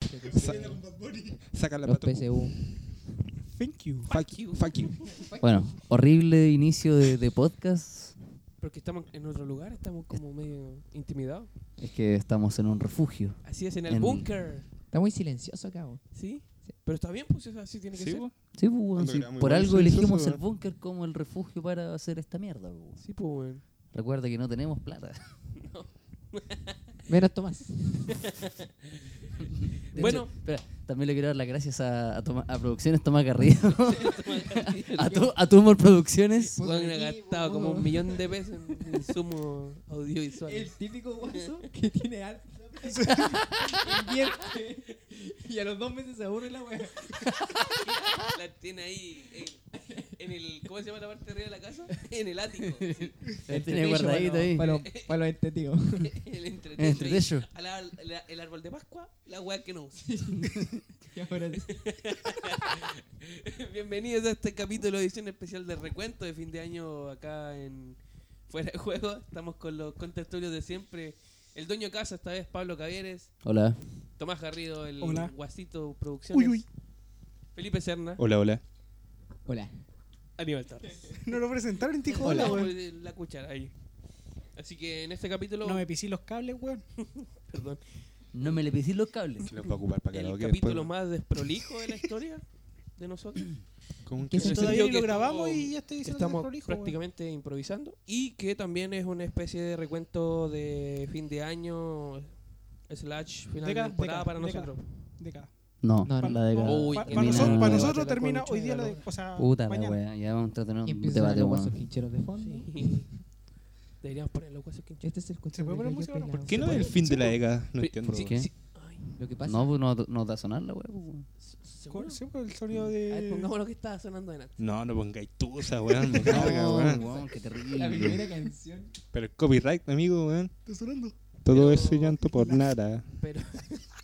que se viene con Bad Bunny. Saca la Los pata. PSU. Thank you. Fuck you. Fuck you. Bueno, horrible inicio de, de podcast. Porque estamos en otro lugar, Eh. estamos como medio intimidados. Es que estamos en un refugio. Así es, en el En- búnker. Está muy silencioso acá, weón. ¿Sí? Pero está bien, pues eso así tiene que Sí, ser. po. Sí, pues, weón, Ando si grabando por igual, algo sí, elegimos entonces, el weón. búnker como el refugio para hacer esta mierda. weón. Sí, pues, weón. Recuerda que no tenemos plata. Menos Tomás. De Bueno. hecho, espera, también le quiero dar las gracias a, a Toma- a Producciones Tomás Garrido, a, tu, a Tumor Producciones. Puso Weón el ha equipo, gastado como un weón. millón de pesos en insumos audiovisuales. El típico guaso que tiene alta invierte y a los dos meses se aburre la weá. La tiene ahí en, en el. ¿Cómo se llama la parte de arriba de la casa? En el ático. sí. Él tiene guardadito ahí. Para los, para los entéticos. El entretecho. El entretecho. ahí. Al ar- la- el árbol de Pascua, la weá que no usa. Y ahora sí. Bienvenidos a este capítulo de edición especial de recuento de fin de año acá en Fuera de Juego. Estamos con los contertulios de siempre. El dueño de casa esta vez, Pablo Cavieres. Hola. Tomás Garrido, el Hola. Guasito Producciones. Uy, uy. Felipe Serna. Hola, hola. Hola. Aníbal Torres. No lo presentaron, te dijo Hola, hola, weón. weón. La cuchara ahí. Así que en este capítulo... No me pisé los cables, weón. Perdón. No me le pisís los cables. ¿Quién los va a ocupar para el karaoke capítulo después? más desprolijo de la historia de nosotros. ¿Cómo ¿Qué que- se- Si el todavía sentido ni lo que grabamos estamos- y ya estoy diciendo estamos desprolijo, weón. prácticamente improvisando y que también es una especie de recuento de fin de año slash final Década, de temporada década, para década. nosotros. De cada. No, No, la de no. Uy, Pa- qué Para mina, nosotros, para weón. nosotros termina Concha hoy de día la la de, lora. o sea, Puta la mañana. wea. Ya vamos a tener Y un empiezan a debate, los guasos weón. quincheros de fondo. Sí. Deberíamos poner los huesos quinchos. Este es el ¿Se puede poner control música de ahora? Gallo ¿Por ¿Qué Pelado. no es el fin de la década? No Pero- entiendo. sí, ¿Qué? sí. Ay, Lo que pasa No, pues no, no da a sonar la wea. pues, weón. ¿seguro? ¿Cuál- sí, pues, el sonido A ver, de. pongamos lo que estaba sonando delante. No, no pongáis tusa, weón. Me carga, No, weón. weón, qué la primera terrible. canción. Pero el copyright, amigo, weón. Está sonando. Todo Pero- ese llanto por nada. Pero,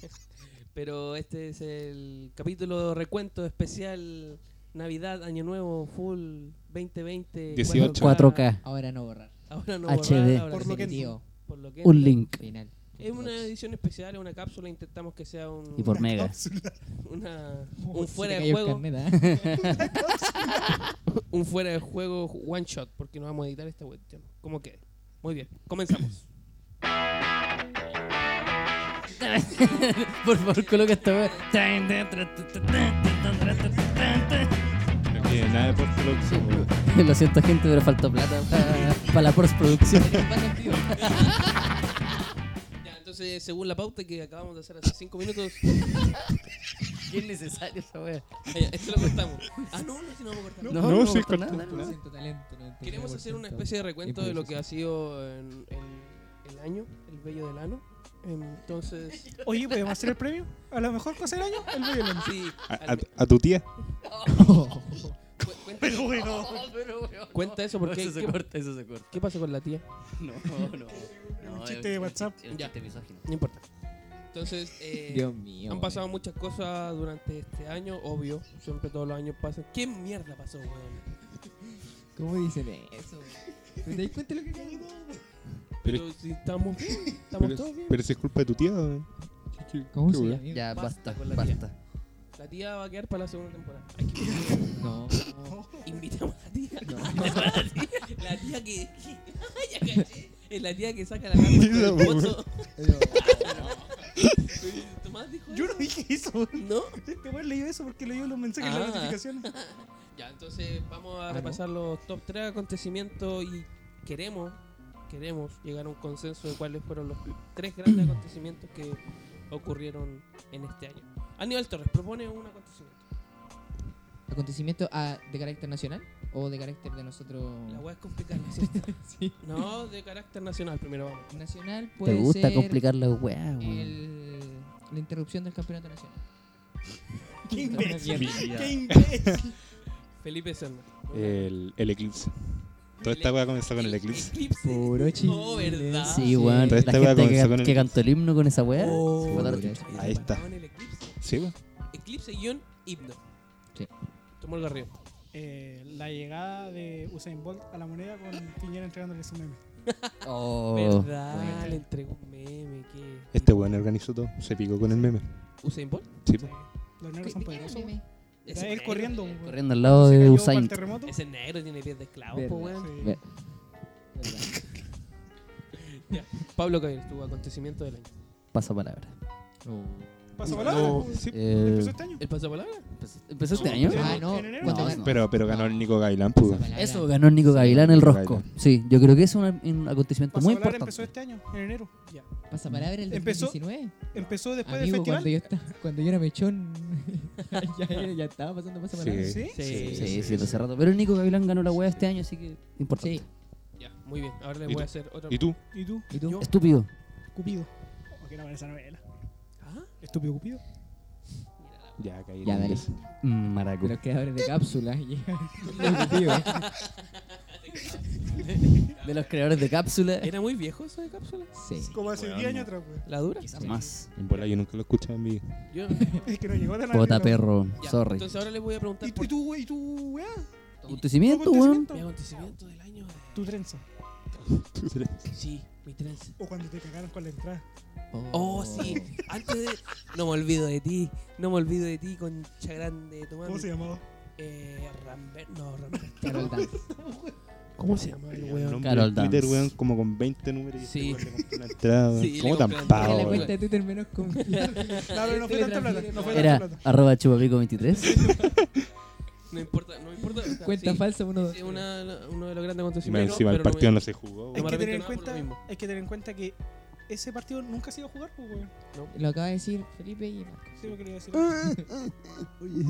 pero este es el capítulo recuento especial Navidad, Año Nuevo, Full 2020. 18. 4K, Ahora no borrar. Ahora no HD. borrar, ahora Por lo que- Definitivo. por lo que un entra. link. Final. Es una edición especial, es una cápsula. Intentamos que sea un, Y por mega. una- Oh, un se fuera te de cayó el juego, carnet, ¿ah? un fuera de juego one shot, porque no vamos a editar esta cuestión. Como que, muy bien, comenzamos. Por favor, coloca esta wea. No tiene nada de postproducción, weón. Lo siento, gente, pero faltó plata para la postproducción. Ya, entonces, según la pauta que acabamos de hacer hace cinco minutos, ¿Qué es necesario esa wea? Ah, ya, esto lo cortamos. Ah, no, no, si no vamos a cortar. No, no, sí, cortó nada, cortó. no. Siento talento, no Queremos hacer una especie de recuento de lo que ha sido en- en el año, el bello del ano. Entonces, Oye, ¿podemos hacer el premio? A lo mejor cosa del año, el violín. sí. A, a- a tu tía. cu- cuenta, Pero bueno. cuenta eso, porque Eso se ¿qué, corta, eso se corta. qué pasó con la tía? No, no. Un chiste de WhatsApp. Un Ya. chiste misógino. No importa. Entonces, eh, Dios mío. han pasado muchas cosas durante este año, obvio. Siempre todos los años pasan. ¿Qué mierda pasó, weón? weón. ¿Cómo dicen eso? ¿Te das cuenta lo que acabo de decir? Pero, Pero- si estamos bien, estamos Pero, todos bien. pero si es culpa de tu tía, weón. ¿Qué- qué- ¿Cómo qué se weón? llama? Ya, Basta basta, con la basta. La tía va a quedar para la segunda temporada. Hay que No. invitamos a la tía. No. La tía que. que- ya caché. Es la tía que saca la carta del pozo. Tomás dijo Yo eso? no dije eso, weón. ¿No? Este weón leyó eso porque leyó los mensajes en Ah. las notificaciones. Ya, entonces vamos a Ah, ¿no? repasar los top 3 acontecimientos y queremos, queremos llegar a un consenso de cuáles fueron los tres grandes acontecimientos que ocurrieron en este año. Aníbal Torres propone un acontecimiento. ¿Acontecimiento ah, de carácter nacional o de carácter de nosotros? La hueá es complicada, ¿cierto? Sí. No, de carácter nacional primero vamos. Nacional Te puede gusta ser complicar las weas, weón. el, la interrupción del campeonato nacional. Qué Una imbécil. mierda. Qué imbécil. Felipe Serna. El, el eclipse. Toda esta weá comenzó Eh, con el eclipse. Puro chile. Oh, ¿verdad? Ah, Sí, weón. La Esta wea gente que, comenzó con el- que cantó el himno con esa wea. Oh, se fue tarde. Puro Ahí chile. está. Estaban en el eclipse. Sí, weón. Eclipse guión himno. Sí. Tomó el garrido. Eh, la llegada de Usain Bolt a la moneda con Piñera entregándole su meme. Oh. ¿Verdad? Le entregó un meme. ¿qué? Este Este weón organizó todo. Se picó con el meme. ¿Usain Bolt? Sí, Sí. po. Los negros son poderosos. meme? Es Ese ir negro- corriendo. po. Corriendo al lado Se de cayó para Usain. el terremoto. Ese negro tiene pies de esclavo, Verdad. po, weón. Sí. Ve- Pablo Cabello, tu acontecimiento del año. Pasa palabra. ¿Pasó palabra? No. Sí, Eh, empezó este año. ¿El pasapalabra? Empezó- ¿Empezó este No, año? pero- Ah, no. en enero. cuando No, ganó- Pero, pero ganó el Nico Gailán, pues. esa weón. palabra. Eso, ganó Nico Gavilán el Nico rosco. Gavilán. Sí, yo creo que es una- un acontecimiento Pasó muy palabra importante. empezó este año, en enero. Pasapalabra el Empezó 2019. Empezó después Amigo, del cuando festival. yo, esta- cuando yo era mechón, ya, ya- ya estaba pasando pasapalabra. Sí. ¿Sí? Sí, Sí, sí, hace rato. Pero el Nico Gavilán ganó la wea este año, así que importante. Sí. Ya, muy bien. Ahora le ¿Y voy a tú? hacer otra. ¿Y tú? ¿Y tú? ¿Y tú? Yo- Estúpido. Cupido. Oh, que no, esa novela. ¿Ah? Estúpido Cupido. Ya, caí. Ya, dale. Mm, Maraco. De los creadores de cápsulas. y- Ejecutivo. De los creadores de cápsula. ¿Era muy viejo eso de cápsula? sí. Como hace Weón, 10 años no. atrás, güey. ¿La dura? Quizás más. En bola, yo nunca lo escuchaba en mi vida. Yo. Es que no llegó tan Pota perro. Ya, Sorry. Entonces ahora les voy a preguntar ¿Y tú, por y tú, güey? ¿Y tú, weá? Acontecimiento, ¿Tu weón. mi acontecimiento? acontecimiento del año. eh. Tu trenza. Sí, mi trenza. O cuando te cagaron con la entrada. Oh, sí. Antes de. No me olvido de ti. No me olvido de ti, concha grande de tu madre. ¿Cómo se llamaba? Eh, Rambert. No, Rambert. Carol Dance. ¿Cómo se llama el Tenía un weón? nombre Carol en Twitter, Dance. weón, como con 20 números. y Sí. este weón le compró una entrada, Sí, sí, le ¿Cómo compró tan una entrada. Era pavo, la bueno. cuenta weón? de Twitter menos con... No, pero no fue tanta plata. No fue tanta Oh, Era plata. arroba chupapico 23. No importa, no importa. o sea, Cuenta sí, falsa uno, sí, una- uno de los grandes Y más acontecimientos. encima el pero no partido me- no se jugó. Ay, weón. Hay me que, arrepiento tener en nada por lo cuenta, mismo. hay que tener en cuenta que ese partido nunca se iba a jugar, pues, güey. Lo acaba de decir Felipe y Marco. Sí, lo que le iba a decir. Oye, ese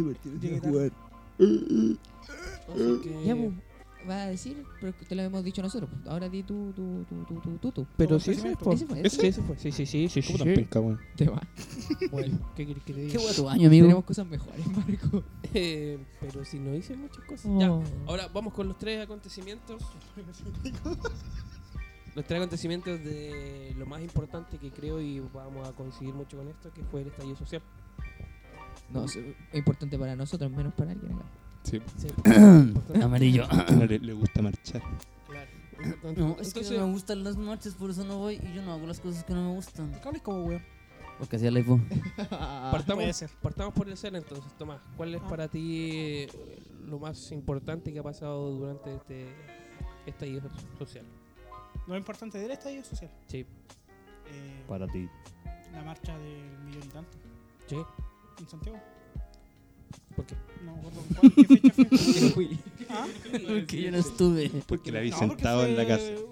partido Llegué tarde. Así que- Ya, pues, vas a decir, pero te lo hemos dicho nosotros. pues. Ahora di tu, tu, tu, tu, tu, tu, tu. Pero Todo sí, sí, acontecimiento. po. Ese fue, ese sí, sí, fue. sí, sí, sí, sí, ¿Cómo sí. tan penca, weón? Te va. Bueno, ¿qué querés que le Qué diga? wea tu año, amigo. Tenemos cosas mejores, Marco. Eh, pero si no hice muchas cosas. Ya. Oh. Ahora vamos con los tres acontecimientos. Los tres acontecimientos de lo más importante que creo y vamos a coincidir mucho con esto, que fue el estallido social. No, es importante para nosotros, menos para alguien acá. Sí, Sí, importante. Amarillo. no le, le gusta marchar. Claro, importante. No, es que Entonces, no me gustan las marchas, por eso no voy y yo no hago las cosas que no me gustan. ¿Qué hables como, güey? Porque hacía la IFO. Puede partamos, ser. partamos por el ser entonces, Tomás. ¿Cuál es Ah. para ti eh, lo más importante que ha pasado durante este estallido so- social? Lo importante del estadio social. Sí. Eh, Para ti. la marcha del millón y tanto ¿Sí? en Santiago. ¿Por qué? No me acuerdo cuál, qué fecha fue. Uy, ¿Ah? Porque yo no estuve. Porque la vi No, porque sentado en la fue, casa.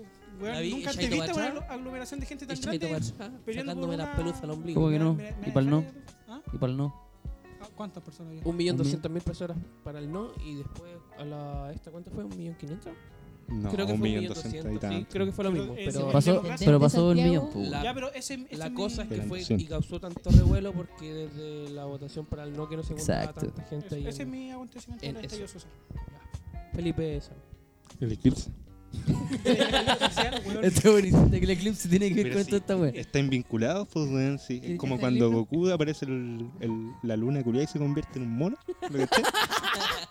weón, La vi nunca te echadito viste para una atrás. aglomeración de gente tan Echadito grande. para atrás, Ah, peleando sacándome por las una- pelusas al ombligo. ¿Cómo que no? Me- me- ¿Y pa'l no? ¿Ah? Y para el no. ¿Ah, ¿Cuántas personas había? Un millón Un doscientas mil personas para el no y después a la esta, ¿cuánto fue? ¿Un millón quinientos? No, creo que un fue millón doscientos y sí, tanto. creo que fue lo Pero, mismo. eh, Pero se Pasó, Santiago. pero pasó el millón, po. La- Ya, pero ese, ese la mi- cosa es que Eran fue y 200. causó tanto revuelo porque desde la votación para el no que no se juntaba Exacto. tanta gente ahí. ese es en- mi acontecimiento en en el eso. estadio social. Felipe Sam. El eclipse. Está buenísimo este que el eclipse tiene que ver Pero con sí, toda esta wea. Están vinculados, pues, weón. Sí. Es como ¿Está cuando listo? Goku aparece el- el- la luna culiada y se convierte en un mono. ¿lo cachai?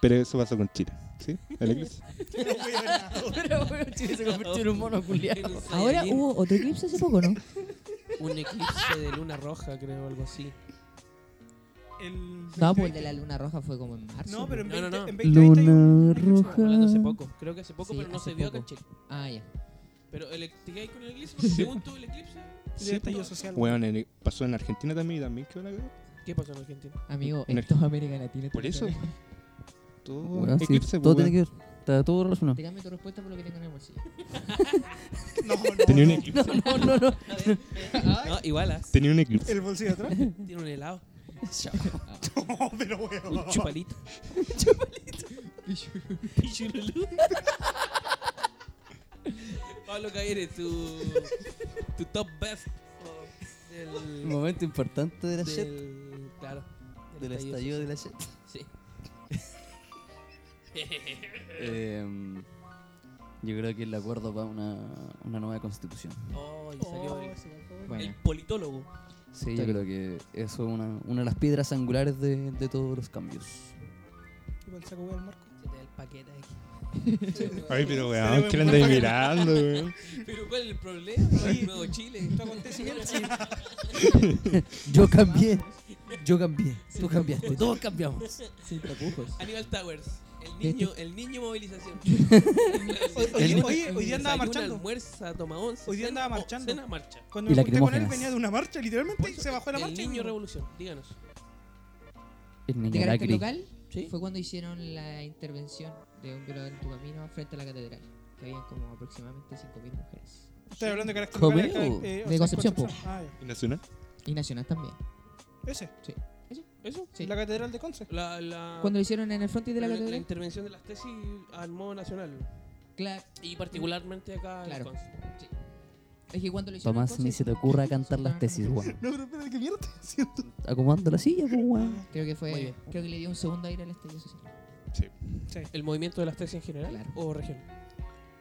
Pero eso pasó con Chile. ¿Sí? El eclipse. Pero bueno, chico, se convirtió en un mono culiado. Era un Ahora Saiyajin, hubo otro eclipse hace poco, ¿no? un eclipse de luna roja, creo, algo así. El No, pues el 2020. de la luna roja fue como en marzo. No, pero en No, no, 20, no. en 2020 hay un- Luna hay un- roja. Hablando hace poco. Creo que hace poco, Sí, pero no hace se vio acá poco. en Chile. Ah, ya. Pero el, te quedáis con el eclipse, porque según tú el eclipse. de pues, estallido social. Weón, en- pasó en Argentina también y también quedó la cagada. ¿Qué pasó en Argentina? Amigo, En en el- toda América Latina. Por eso. Todo Weón, sí, eclipse, todo pues, tiene weón. que ver. Está todo relacionado. Te cambio tu respuesta por lo que tengo en el bolsillo. No, no, Tenía un no. eclipse. No, no, no. No, igual, ah, Tenía un eclipse. El bolsillo de atrás. tiene un helado, No, pero weón. un chupalito. Pablo Caire, tu, tu top best of- El del, momento importante de la shit. del- claro, Del estallido de la shit. Sí. Eh, yo creo que el acuerdo va a una, una nueva constitución. Oh, y salió Oh, el, ese weón. Bueno, el politólogo. Sí, yo creo que eso es una, una de las piedras angulares de, de todos los cambios. Igual saco weón al marco. Se te da el paquete ahí. Ay, pero Se weón, le ¿qué le ve andáis muy mirando, weón? Pero ¿cuál es el Este problema? El nuevo Chile. Tu acontecimiento. Yo cambié. Yo cambié, tú cambiaste, todos cambiamos. Sin tapujos. Aníbal Towers. El ¿Viste? niño, el niño movilización. Oye, oye, hoy día Desayuna, andaba marchando. almuerza, toma once. Hoy día cena- andaba oh, marchando. Cena, marcha. Cuando Y me junté con él lacrimógenas. venía de una marcha, literalmente, y se bajó de la El marcha. y- niño revolución, díganos. El De niño carácter este lacri. local ¿Sí? fue cuando hicieron la intervención de un violador en tu camino frente a la catedral. Que habían como aproximadamente 5.000 mujeres. Estoy hablando de carácter ¿Cómo? local, acá, eh, o De sea, Concepción, Ah, ¿Y nacional? Y nacional también. ya. Ese, ¿Eso? Sí. la catedral de Conce. La, la, Cuando lo hicieron en el frontis de la la- la catedral. intervención de las tesis al modo nacional. Claro. Y particularmente acá Claro. en Conce. Es que cuando lo hicieron. Tomás, ni entonces, se te ocurra cantar las tesis, weón. No, pero espera, ¿qué mierda estoy haciendo? Acomodando la silla, pues, weón. Creo que Muy fue. bien. Creo que le dio un segundo aire al estallido social. ¿El movimiento de las tesis en general Claro. o regional?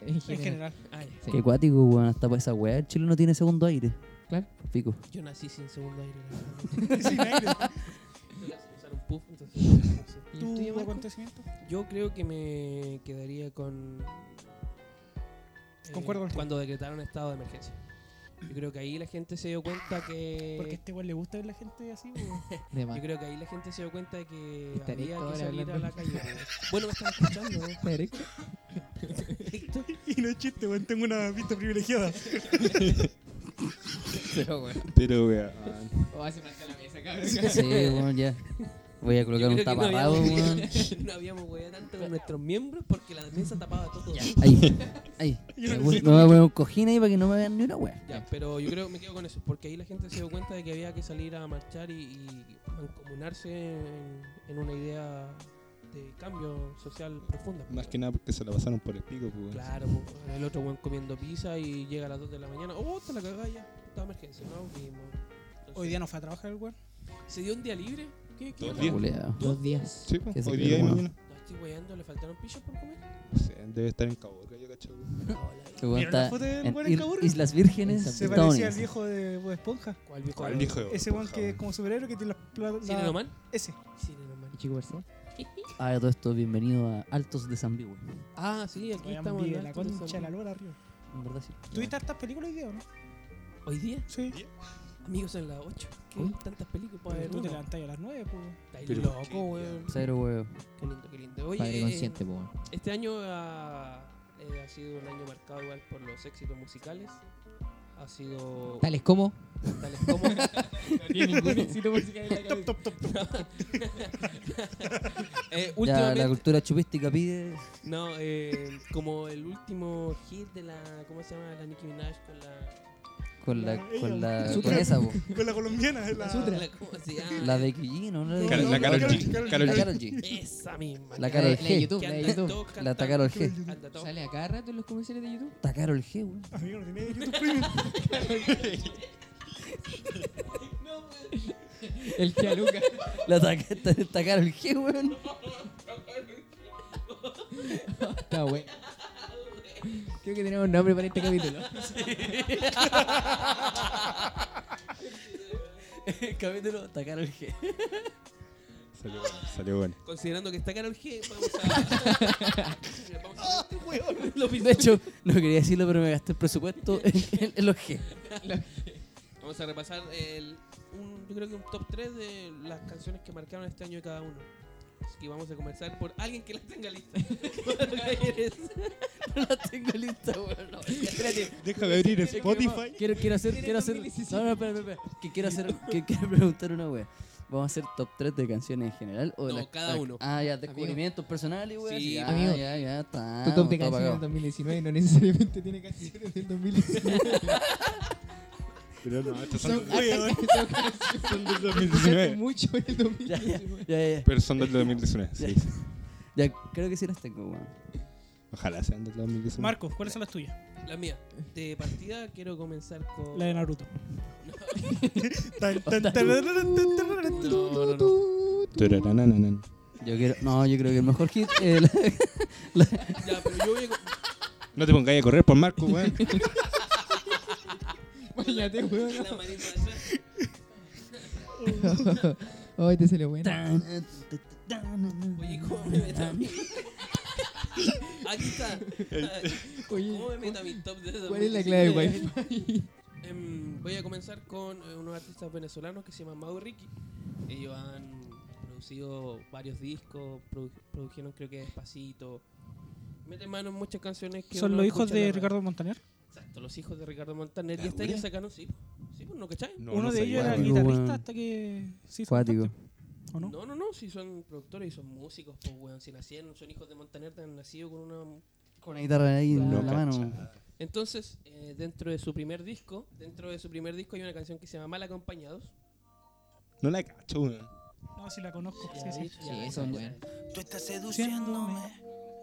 En En general. general. Ah, ya. Sí. Qué cuático, weón. Hasta para esa weá, el chile no tiene segundo aire. Claro. Pico. Yo nací sin segundo aire. Sin aire. Tuve que usar un puff, entonces- ¿Y el tuyo, ¿Tu Marco? acontecimiento? Yo creo que me quedaría con. eh, Concuerdo contigo. Cuando decretaron estado de emergencia. Yo creo que ahí la gente se dio cuenta que. Porque a este weón le gusta ver la gente así, weón. De más. Yo creo que ahí la gente se dio cuenta de que Está había Héctor que salir hablando. a la calle. bueno, me están escuchando. ¿eh? Directo. Héctor, Y no es chiste, weón, tengo una vista privilegiada. Pero bueno. Pero, weón. O Oh, hace falta la mesa, Sí, cabrón. weón, ya. Voy a colocar yo un creo que no taparrabo, habíamos- weón. No habíamos hueá tanto con nuestros miembros porque la mesa tapaba todo. Ya. Ahí, ahí. Yo Me no voy necesito me voy a poner un cojín ahí para que no me vean ni una weá. pero yo creo que me quedo con eso. Porque ahí la gente se dio cuenta de que había que salir a marchar y, y mancomunarse en, en una idea de cambio social profunda. Más que nada porque se la pasaron por el pico, pues, weón. Claro, po, weón. el otro weón comiendo pizza y llega a las 2 de la mañana. Oh, está la cagada ya. Está emergencia, ¿no? Y, mo- entonces, Hoy día no fue a trabajar el weón. ¿Se dio un día libre? ¿Qué? qué Dos onda? días. Culeado. Dos días. Sí, pues, Que se hoy quedó día y como- mañana. No estoy weyando, le faltaron pillos por comer. No sé, debe estar en Caborca, yo cacho, weón. El Este weón ¿Vieron la está foto del en weón en Ir- Caborca? Islas Vírgenes. Se Se Estados parecía al Unidos. viejo de Bob Esponja. ¿Cuál viejo? ¿Cuál viejo de Bob Ese weón Esponja, que es como superhéroe que tiene la... la- ¿Cinenoman? Ese. ¿Y Chico García? Ah, todo esto, bienvenido a Altos de San Biwi. Ah, sí, aquí Weón, estamos. vive en la Alto de concha de la San- lora arriba. En verdad, sí. ¿Tuviste hartas películas hoy día o no? Hoy día, Sí. amigos en las 8. ¿Qué Uy. tantas películas para Pero ver? tú te uno? levantás a las 9, pues. weón. Estáis Pero ¿por qué, loco, weón. Cero huevo. Qué lindo, qué lindo. Oye, Padre eh, consciente, po. weón. Este año ha, eh, ha sido un año marcado igual por los éxitos musicales. Ha sido Tales como. tales como Tiene ningún éxito musical en la Top, top, top, top. Eh, Ya, la últimamente, cultura chupística pide. no, eh, como el último hit de la, ¿cómo se llama? La Nicki Minaj con la, Con la. Claro, Con, ella. la, Sutra. con esa, po. Con la colombiana, la... la, ¿cómo se llama? La de Quillino, ¿no? Car- La Karol G. Karol La G. Karol G. esa misma. La que Karol Eh, La de G. YouTube, que la de andan YouTube. todos La cantando. Karol G. Anda todo. Sale a cada rato en los comerciales de YouTube. La Karol G, weón. Amigo, no tenía YouTube Premium. El tía Luca. La ta Karol G, weón. Está bueno. Creo que tenemos nombre para este capítulo. Capítulo Ta Karol G. Salió bueno, salió bueno. Considerando que está Karol G, vamos a. vamos a- Lo De hecho, no quería decirlo, pero me gasté el presupuesto en, en los G. Vamos a repasar el, un, yo creo que un top 3 de las canciones que marcaron este año de cada uno. Así que vamos a comenzar por alguien que las tenga lista. No la tengo lista, weón. No, espérate. Déjame abrir Spotify. Quiero, quiero hacer, quiero hacer. No, no, espera, espera, espera. Que quiero hacer, que quiero preguntar una wea. ¿Vamos a hacer top 3 de canciones en general? O de No, las- cada las- uno. Ah, ya, descubrimientos personales, wea. Sí, ya, amigo. ya, ya, está. Tu top de está canciones del Ah, apagado. 2019 no necesariamente tiene canciones del 2019. Pero no, estos son, Weón. son del Hace 2019. mucho el Ya, ya, 2019. ya, ya. Pero son del 2019, sí. Ya, creo que sí las tengo, weón. Ojalá sean del 2019. Marco, ¿cuáles son las tuyas? La mía. De partida quiero comenzar con. La de Naruto. No, no, no. Tararananan. Yo quiero. No, yo creo que el mejor hit. eh, la- la- Ya, pero yo voy a. No te pongáis a correr por Marco, weón. Báñate, weón. La manito de atrás. Ay, te salió bueno. Oye, ¿cómo me meto a mí? Aquí está. ¿Cómo me meto a mi top de ¿Cuál es la clave de 2019? Wi-Fi? Em, voy a comenzar con eh, unos artistas venezolanos que se llaman Mau y Ricky. Ellos han producido varios discos, produ- produjeron creo que Despacito. Meten mano en muchas canciones que... ¿Son uno los hijos escucha en de la radio. Ricardo Montaner? Exacto, los hijos de Ricardo Montaner. Y ¿La este año dura? sacaron, sí, sí, pues no cachai. No, Uno no de sé, ellos era weón. Cuático, weón. guitarrista hasta que sí Cuático. ¿O no? No, no, no, si son productores y son músicos, pues weón, si nacieron, son hijos de Montaner, han nacido con una... Con la guitarra ahí en No la mano. cachaba. Entonces, eh, dentro de su primer disco, dentro de su primer disco hay una canción que se llama Mal Acompañados. No la cacho, weón. No, sí la conozco. Y Sí, ahí- sí. y Sí, ahí- esa es esa- buena. Tú estás seduciéndome.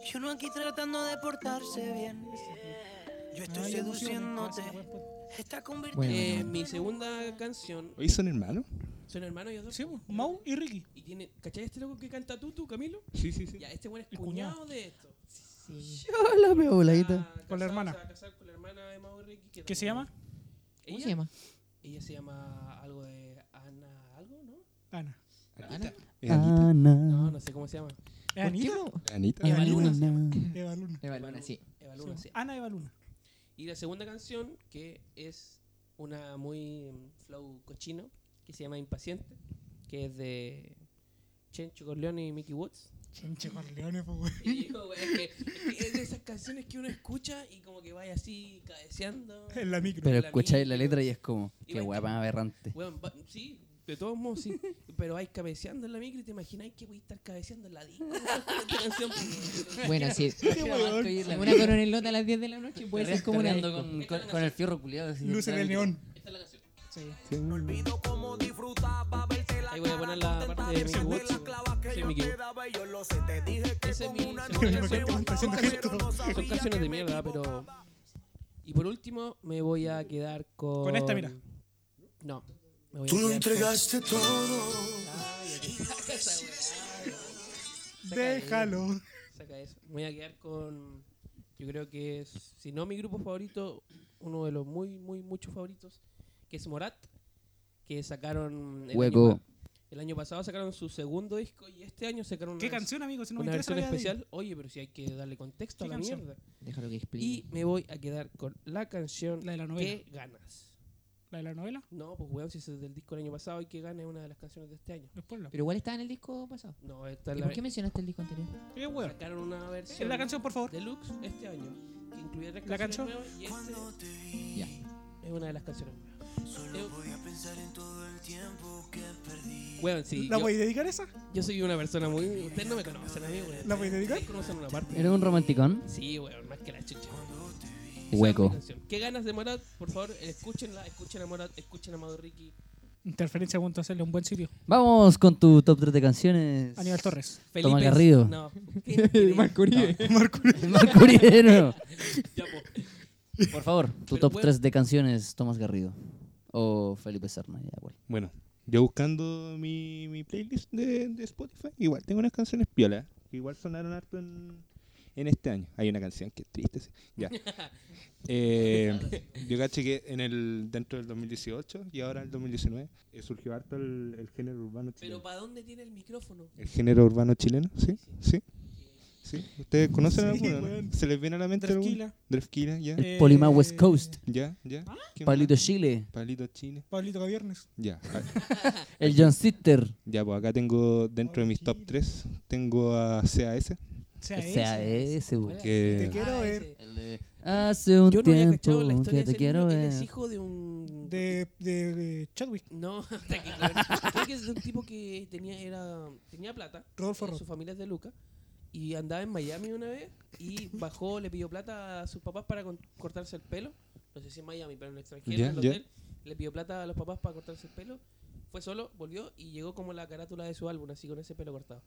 Y uno aquí tratando de portarse bien. Yo Ah, estoy ya, músico, seduciéndote. me parece, weón. Está Bueno, convirtiendo. Eh, bueno. mi segunda canción, ¿Oye, son hermanos? son hermanos ellos dos. pues, Sí, weón, Mau y Ricky. Y tiene, ¿cachai este loco que canta Tutu, Camilo? Sí, sí, sí. Ya, este weón es El cuñado, de esto. Sí. Hola, mi abuelita. Está Con casado, la hermana. se va a casar con la hermana de Mau Ricky. ¿Qué se llama? ¿Cómo ella, se llama? Ella se llama algo de Ana, algo, ¿no? Ana. Anita. ¿Es Anita? No, Ana. no sé cómo se llama. ¿Es Anita? Ah. Anita. Eva Luna. Eva Luna. Eva Luna, Eh, sí. Eva Luna, sí. Ana Eva Luna. Y la segunda canción, que es una muy mm, flow cochino, que se llama Impaciente, que es de Chencho Corleone y Mickey Woods. Chenche Corleone, pues, weón. Y digo, güey, es, que, es que es de esas canciones que uno escucha y como que vaya así cabeceando. En la micro. Pero escucháis la letra y es como, Y qué va- guapa más aberrante. Weón, va- sí, de todos modos sí. Pero vais cabeceando en la micro y te imagináis que voy a estar cabeceando en la disco. con esta canción. Bueno, sí. Estoy en la Una coronelota a las 10 de la noche puede ser como una Carreando disco. con, con, con el fierro culiado. Luces del neón. Esta es la canción. Olvido cómo disfrutaba verte la Ahí voy a poner la parte de Mickey Woods. güey. Soy Mickey Woods. daba y yo lo sé. Te dije que Ese es mi segunda ¿Por qué canción. están haciendo esto? Son canciones de mierda, pero. Y por último, me voy a quedar con. Con esta, mira. No. Me voy a Tú lo quedar con- entregaste todo. Saca esa weá. Déjalo. Saca eso. Me voy a quedar con. Yo creo que es, si no mi grupo favorito, uno de los muy, muy, muchos favoritos, que es Morat, que sacaron. el Hueco. año pa- el año pasado sacaron su segundo disco y este año sacaron una, ¿Qué vers- canción, amigo? Si no me una interesa versión la vida de especial. Oye, pero si hay que darle contexto a ¿Qué la canción? mierda. Déjalo que explique. Y me voy a quedar con la canción ella. La de la novela. ¿Qué ganas? La de la novela. No, pues weón, si es del disco del año pasado y que gana es una de las canciones de este año. Después la. Pero igual estaba en el disco pasado. No, esta es ¿Y la por qué mencionaste el disco anterior? Eh, weón. sacaron una Eh, versión La canción, por favor. deluxe este año que incluía tres ¿La canciones canción? nuevas y esta Ya. es una de las canciones nuevas. Eh, Solo voy a pensar en todo el tiempo que perdí. Weón, sí, ¿La yo, voy a dedicar esa? yo soy una persona muy... Ustedes no me conocen a mí, weón. ¿La voy a dedicar? Ustedes conocen una parte. ¿Era un romanticón? Sí, weón, más que la chucha. Esa es Hueco. mi canción. ¿Qué ganas de Morat? Por favor, escúchenla, escuchen a Morat, escuchen a Amado Ricky. Interferencia.cl, un buen sitio. Vamos con tu top 3 de canciones. Aníbal Torres. Felipe. Garrido. No. Marco Ah, Marco Uribe de nuevo. Ya, po. Por favor, tu Pero top bueno. 3 de canciones, Tomás Garrido. O Felipe Serna, ya, güey. Bueno, yo buscando mi, mi playlist de, de Spotify, igual tengo unas canciones piolas, que igual sonaron harto en, en este año. Hay una canción que es triste, sí. ya. Eh, yo caché que en el, dentro del 2018 y ahora el 2019 eh, surgió harto el, el género urbano Pero chileno. ¿para dónde tiene el micrófono? ¿El género urbano chileno? ¿Sí? ¿Sí? ¿Sí? ¿Ustedes conocen Sí, alguno? no? weón. ¿Se les viene a la mente alguno? Drefquila. Drefquila, ya. El Eh, ¿Ah? Polima West Coast. ¿Ya? ¿Ya? ¿Quién Palito más? Chile. Palito Chile. Pablito Gaviernes. Ya. Ah, El John Sitter. Ya, pues acá tengo dentro de mis top 3, tengo a CAS, Sea ese. ese, güey. Hola. Te que quiero Ah, ver. ese. El de, Hace un Yo no había cachado la tiempo historia que de te ese quiero niño. Él es ver. hijo de un... De, de, de Chadwick. No, hasta que... Creo que es de un tipo que tenía, era, tenía plata. Rodolfo eh, Roth. Su familia es de Luca. Y andaba en Miami una vez y bajó, le pidió plata a sus papás para con- cortarse el pelo. No sé si en Miami, pero en el extranjero, Ya, en el ya. hotel. Le pidió plata a los papás para cortarse el pelo. Fue solo, volvió y llegó como la carátula de su álbum, así con ese pelo cortado.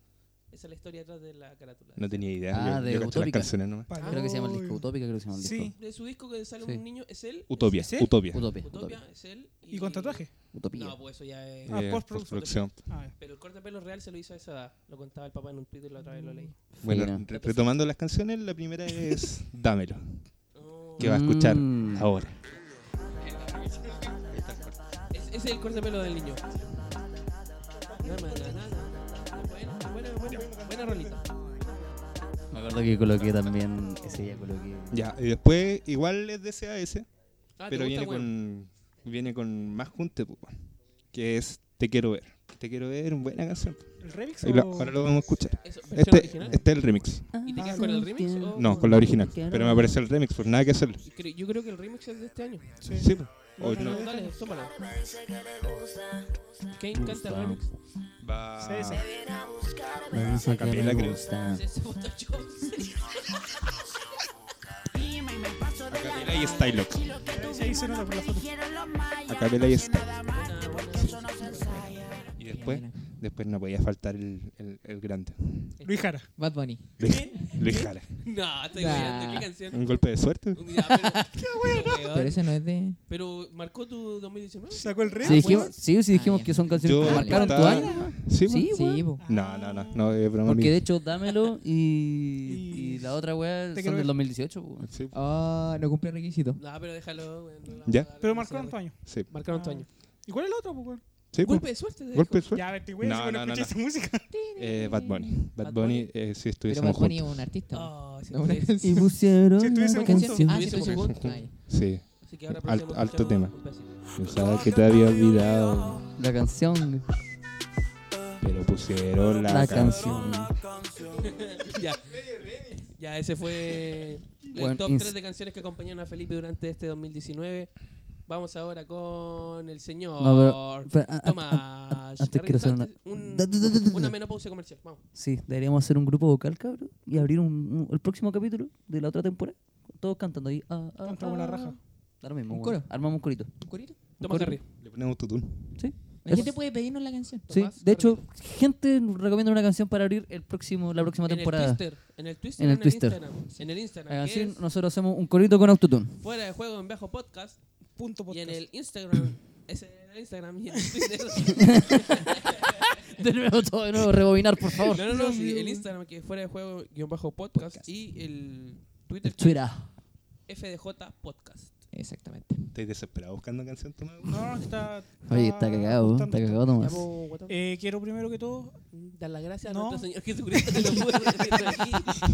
Esa es la historia detrás de la carátula. no tenía idea. Ah, yo, de yo cacho las Utópica. canciones nomás. Palo. Creo que se llama el disco Utópica, creo que se llama el Sí. disco. De su disco que sale Sí. un niño, es él. Utopia, ¿Sí? Utopia. Utopia. Utopia, Utopia. es él. ¿Y con tatuaje? Utopía. No, pues eso ya es. Ah, Eh, postproducción. postproducción. Ah, ya. Pero el corte de pelo real se lo hizo a esa edad. Lo contaba el papá en un Twitter la otra vez lo Mm. leí. Bueno, Fina. re- retomando las canciones, la primera es Dámelo, No, que va a escuchar Mm. ahora. es- ese es el corte de pelo del niño. No, no, no, no, no. Ah, Bueno, bueno, bueno, buena rolita. Me acuerdo que coloqué también. Ese ya coloqué. Ya, y después igual es de CAS, Ah, ¿te pero gusta, viene weón? con viene con más junte, po, que pues, es Te quiero ver. Te quiero ver, buena canción. ¿El remix Ahí lo- o- ahora lo vamos a escuchar. ¿Eso, versión Este, original? Oh. este es el remix. ¿Y te quedas con el remix? o- No, con la original. Pero me aparece el remix, pues nada que hacer. Yo creo- Yo creo que el remix es de este año. Sí. Sí, pues. O No, no. no, Dale, tómala. Kane canta el remix. Va. Sí, sí. Me dice que Capela, le creo. gusta. Se- se botó Jones. Acapela y Stylox. Sí, ahí se nota por la foto. Acapela y Stylox. Buena, buena. Y después, después no podía faltar el, el, el grande. Luis Jara. Bad Bunny. Luis, Luis Jara. No, estoy Nah. mirando. ¿Qué canción? Un golpe de suerte. Ya, pero- pero, Pero ese no es de. pero marcó tu 2019. ¿Sacó el remix? Si dijimos, bueno. sí, sí dijimos Ah, que ya. son canciones Yo que marcaron tu apuntaba- año. Sí, pues. Sí, Sí, weón. po. No, no, no, no es broma Porque mía. de hecho, dámelo y, Y- y la otra weá Te son quiero del ver. 2018. weón. Sí, Ah, no cumple requisito. No, pero déjalo. güey, no la Ya. vamos a dar Pero la marcó publicidad, güey. Antoño. sí, Marcaron tu año. ¿Y cuál es el otro? po, weón? sí, pues. Golpe de suerte. te Golpe de dijo. suerte. Ya, a ver, te voy No, a decir no, no, que no escuché esa música. Eh, Bad Bunny. Bad Bad Bunny, eh, si Pero estuviésemos Bad Bunny es juntos. un artista. po. Oh, sí, No es una sí. Y canción. pusieron Si estuviesen una juntos. canción. Ah, sí, Hubiese estoy sido junto. Ay. Sí, Así que ahora Alto- próximo alto escuchamos tema. un pedacito. pensaba que te había olvidado. La canción. Pero pusieron la, La canción. canción. Ya. Ya, ese fue el Bueno, top ins- 3 de canciones que acompañaron a Felipe durante este 2019. Vamos ahora con el señor No, pero- pero a- a- a- Tomás. antes quiero hacer una- Carrillo, un- Da, da, da, da, da. una menopausa comercial. Vamos. Sí, deberíamos hacer un grupo vocal, cabrón. Y abrir un, un- el próximo capítulo de la otra temporada. Todos cantando ahí. Ah, ah, Cantamos ah. la raja. Da lo mismo. ¿Un weón. coro? Armamos un corito. ¿Un corito? Tomás corto. Carrillo. Le ponemos tutún. Sí. La Eso. gente puede pedirnos la canción. Sí, Tomás de hecho, gente recomienda una canción para abrir el próximo, la próxima En el temporada. Twister. En el Twister. En el En el Twister. Instagram. En el Instagram. Eh, que Así es nosotros hacemos un corito con autotune. Fuera de juego en Bajo Podcast. Punto podcast. Y en el Instagram. es en el Instagram y en el Twitter. De nuevo, todo de nuevo, rebobinar, por favor. No, no, no, sí, el Instagram que es fuera de juego guión bajo podcast, y el Twitter que Twitter. es FDJ podcast. Exactamente. Estoy desesperado buscando canción tomada. No, está. Oye, está cagado, está ajustando Ah, esto. cagado Ah, Tomás. oh, Eh, quiero primero que todo. Dar las gracias No. a nuestro Señor Jesucristo que nos pudo tener aquí.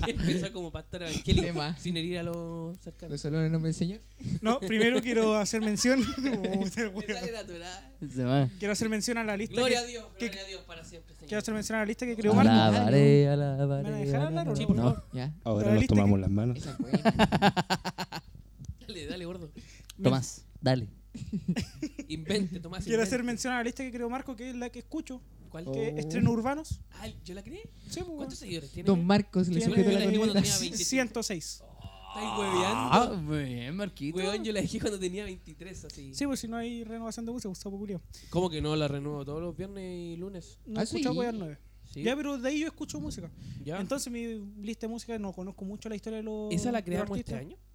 Empezó como pastor ¿Qué evangélico más? sin herir a los cercanos. ¿Los solo en el nombre del Señor? No, primero quiero hacer mención. Puta, Me sale weón. natural. Se va. quiero hacer mención a la lista. Gloria a que- Dios, que- gloria a Dios para siempre, Quiero Señor. hacer mención a la lista que Ah, creó Marco. Alabaré, ¿Me van a alabaré. dejar hablar alabaré. o no? Sí, por No. favor. Ya. Ahora Pero nos viste tomamos que- las manos. Esa es buena. Dale, dale, gordo. Tomás, dale. Invente, Tomás. Quiero invente. hacer mención a la lista que creó Marco, que es la que escucho. ¿Cuál? Que estreno urbanos. Ay, ¿yo la creí? Sí, pues, ¿Cuántos seguidores tiene? Don Marcos le Tiene- sujeto la Tiene- corneta. tenía 25. 106. ¿Estáis hueveando? Ah. Ah, bien, Marquito. Weón, yo la dejé cuando tenía 23, así. Sí, pues si no hay renovación de pues, buses, Gustavo Pulido. ¿Cómo que no la renuevo todos los viernes y lunes? No Ah, he escuchado sí. Weas Nueve. Sí. Ya, pero de ahí yo escucho música. ¿Ya? Entonces, mi lista de música no conozco mucho la historia de los. ¿Esa la de los creamos este artistas. año?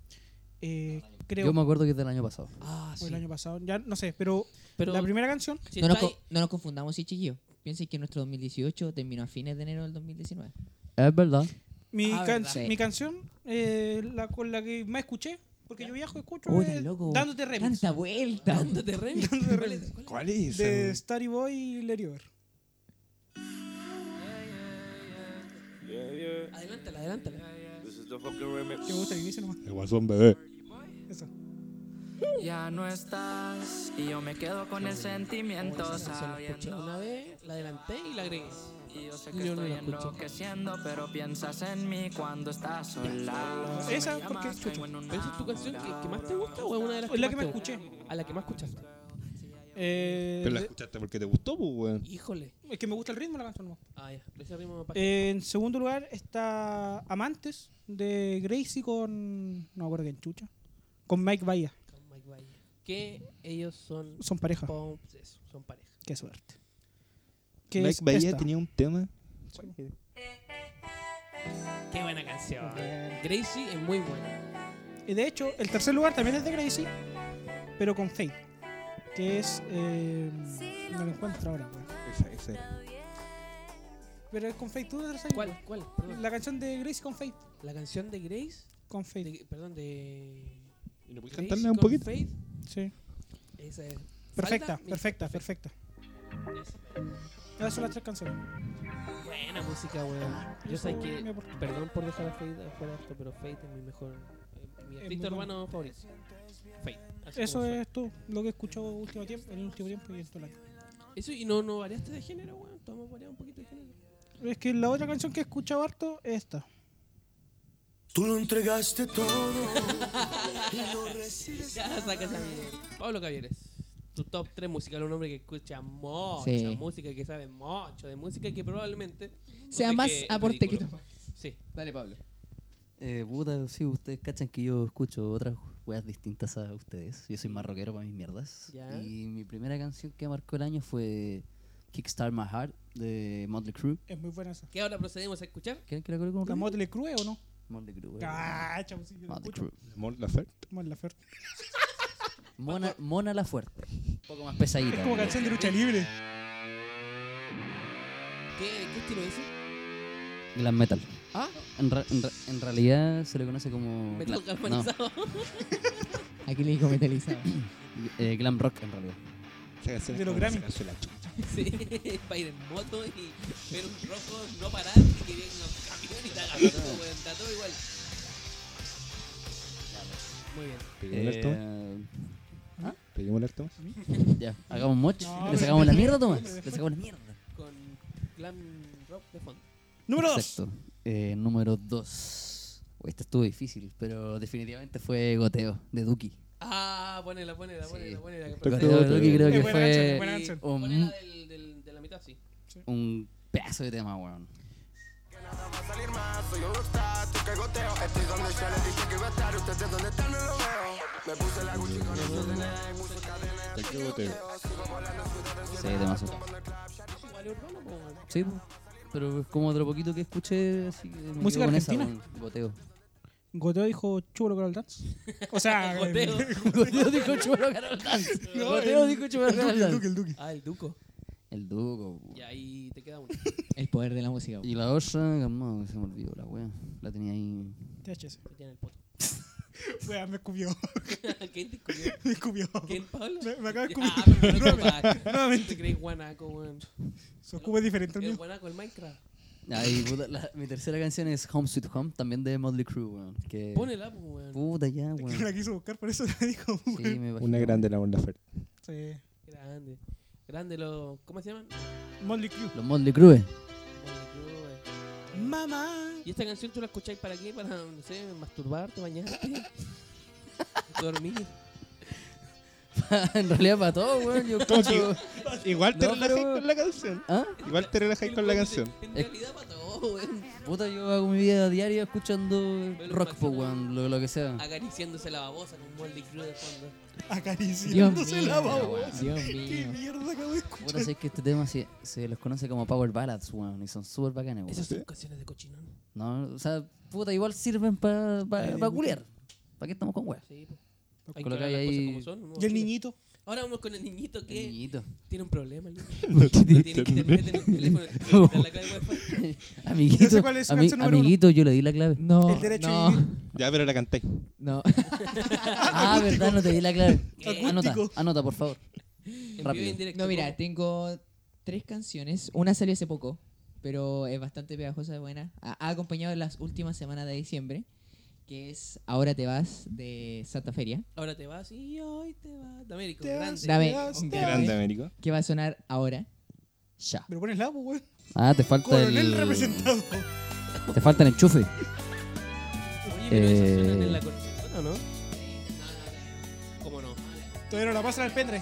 Eh, creo. Yo me acuerdo que es del año pasado. Ah, o el año pasado. Ya no sé, pero, Pero la primera canción. si No nos, estáis- co- no nos confundamos, sí, chiquillos. Piensen que nuestro 2018 terminó a fines de enero del 2019. Es verdad. Mi, Ah, can- verdad. mi canción, eh, la con la que más escuché, porque yo viajo, escucho. Hola, eh, loco. Dándote remix. Tanta vuelta. dándote remix. ¿Cuál es- cuál es? ¿Cuál es? De Starry Boy y Larry Over. Adelántala, adelántala. Que me gusta el inicio nomás. El guasón bebé. Eso. Ya no estás y yo me quedo con el sentimiento Esa canción la escuché sabiendo una vez, la adelanté y la agregué. Ah, y yo sé Yo que no la estoy escuché. enloqueciendo pero piensas en mí cuando estás sola. Ah, Esa es porque escucho. ¿Pero esa es tu canción que, que más te gusta o es una de las Es la que más me te gusta? A la que más escuchaste. Eh, Pero la escuchaste porque te gustó, pues, weón. Híjole. es que me gusta el ritmo de la canción nomás. Ah, ya. Ese ritmo me Eh, en segundo lugar está Amantes de Gracie con. No me acuerdo quién chucha. Con Mike Bahía. Que ellos son... Son pareja. pom- eso, son pareja. Qué suerte. Que Mike es Bahía esta. tenía un tema. Qué buena canción. Gracie es muy buena. Y de hecho, el tercer lugar también es de Gracie, pero con Faith. Que es. eh, no lo encuentro ahora, weón. Esa, esa. era. Pero es con Faith, tú eres ahí, ¿Cuál? ¿Cuál? weón. Perdón. La, La canción de Gracie con Faith. canción de Grace. Con Faith. de- perdón, de... ¿Y no puedes Grace cantarla un con poquito? Faith. Sí. Esa es. Perfecta, Falda, perfecta, perfecta. perfecta. Esas son las tres canciones. Oh, Buena música, weón. Yo sé Mi que. amor. Perdón por dejar a Faith afuera de esto, pero Faith es mi mejor. eh, mi Es artista muy urbano favorito. Faith. así Eso como es todo lo que he escuchado último tiempo, en el último tiempo y en todo el año. suena. Eso, y no, no variaste de género, weón. Estamos variando un poquito de género. Es que la otra canción que he escuchado harto es esta. Tú lo entregaste todo y lo recibes. Ya, saca esa mierda. Pablo Cavieres, tu top 3 musical, un hombre que escucha mucha Sí. música, que sabe mucho de música y que probablemente Sea sé más que es aporte que ridículo. tú. Sí. Dale, Pablo. Eh, puta, sí, ustedes cachan que yo escucho otras weas distintas a ustedes. Yo soy más rockero para mis mierdas. Ya. Y mi primera canción que marcó el año fue Kickstart My Heart de Motley Crue. Es muy buena esa. ¿Qué ahora procedemos a escuchar? ¿Quieren que la coloque con un ¿La remix? Motley Crue o no? Motley Crue. weón. Cacha, pues sí, yo la Motley escucho. Crue. Mon Laferte. Mon Laferte. Mona, Mona la Fuerte. Un poco más pesadita. Es como weón. canción de lucha libre. ¿Qué, qué estilo es ese? Glam metal. Ah, En, ra- en ra- en realidad se le conoce como. metal glam- galvanizado. Aquí le digo metalizado. no, eh, glam rock en realidad. Esa canción es De los como Grammy. sacarse la chucha. Sí, para ir en moto y ver un rojo, no parar y que venga un camión y te haga todo, weón. Está todo igual. Muy bien. Peguémosle al Tomás. Eh, Peguémosle al Tomás. ya, hagamos moch. No, le pero- sacamos la mierda, Tomás. Le sacamos la mierda. Con glam rock de fondo. Número 2. Exacto. Eh, número 2. Este estuvo difícil, pero definitivamente fue Goteo de Duki. Ah, ponela, ponela, Sí. ponela, ponela. que Pero Goteo perfecto. creo de que- Duki creo Es que buena canción, es fue buena canción. Ponela un, del, del, de la mitad, sí. Ah, un pedazo de tema, weón. Que nada va a salir más, soy un rockstar, tú que goteo Estoy donde yo les dije que iba a estar, ustedes donde están no lo veo Me puse la Gucci con esos de puse cadenas Te quiero, te- Sí, temazo. Igual es urbano, po, weón. Sí, po. pero es como otro poquito que escuché, así que me quedo Música con esa, argentina. weón. Goteo. Goteo dijo chulo Carol Dance. O sea, Goteo. Ah, el- Goteo dijo Chubaro Carol Dance. Goteo dijo Chubaro Carol el Duque, Dance. el Duque. Ah, el Duco. El Duco. po. Y ahí te queda uno. El poder de la música. Y la otra, calmado, que se me olvidó la wea. La tenía ahí. THS. Que tiene el poto. Wea, me escupió. ¿Quién te escupió? Me escupió. ¿Quién, Pablo? Me, me acaba de escupir. Ah, pero no te Nuevamente. pagas. Nuevamente. ¿Te crees guanaco, weón? Su escupe es diferente al El mío. guanaco, el Minecraft. Ay, puta, la- mi tercera canción es Home Sweet Home, también de Motley Crue, weón. Que... Ponela, po, weón. Puta ya, weón. Que la quiso buscar, por eso le dijo. "Uh". Sí, me Una imagino. grande la Mon Laferte. Sí. Grande. Grande los... ¿Cómo se llaman? Motley Crue. Los Motley Crue. Motley Crue, weón. Mamá. ¿Y esta canción tú la escucháis para qué? Para, no sé, masturbarte, bañarte, dormir. en realidad para todo, weón. Yo escucho... Igual te No, relajáis pero- con la canción. ¿Ah? Igual te relajáis con la canción. En realidad para todo, weón. Puta, yo hago mi vida diaria escuchando Velo rock, po, Marciano. weón, lo, lo que sea. Acariciándose la babosa con Molly Crue de fondo. Dios Acariciándose la mío. babosa. Dios Qué mío. mierda acabo de escuchar. Puta, sé que este tema se, se los conoce como Power Ballads, weón, y son súper bacanes, weón. Esas son canciones de cochinón. No, o sea, puta, igual sirven para Eh, pa, pa culiar. ¿Para qué estamos con weón? Sí, po. Hay que Colocáis hablar las ahí- cosas como son, ¿no? Y el niñito. Ahora vamos con el niñito que Niñito. tiene un problema. el niño. No Tiene internet en el teléfono. tiene que quitar la clave de wifi. Amiguito, sé cuál es su ami- canción número uno. amiguito, yo le di la clave. No. El derecho a no. vivir. Ya, pero la canté. No. Ah, verdad, no te di la clave. Eh, ¿Qué? Anota, Acústico. anota, por favor. En Rápido. vivo y en directo. No, mira, tengo tres canciones. Una salió hace poco, pero es bastante pegajosa y buena. Ha, ha acompañado en las últimas semanas de diciembre, que es Ahora te vas de Santa Feria, Ahora te vas y hoy te vas. Damérico, Te vas. grande. Dame. Hasta- Grande, Américo. que va a sonar ahora. Ya. Me lo pones la, pues, weón. Ah, te falta Coronel el... representado. Te falta el enchufe. Oye, pero esas Eh. suenan en la cortina, ¿no? ¿Cómo no? Todavía no la pasan al pendrive.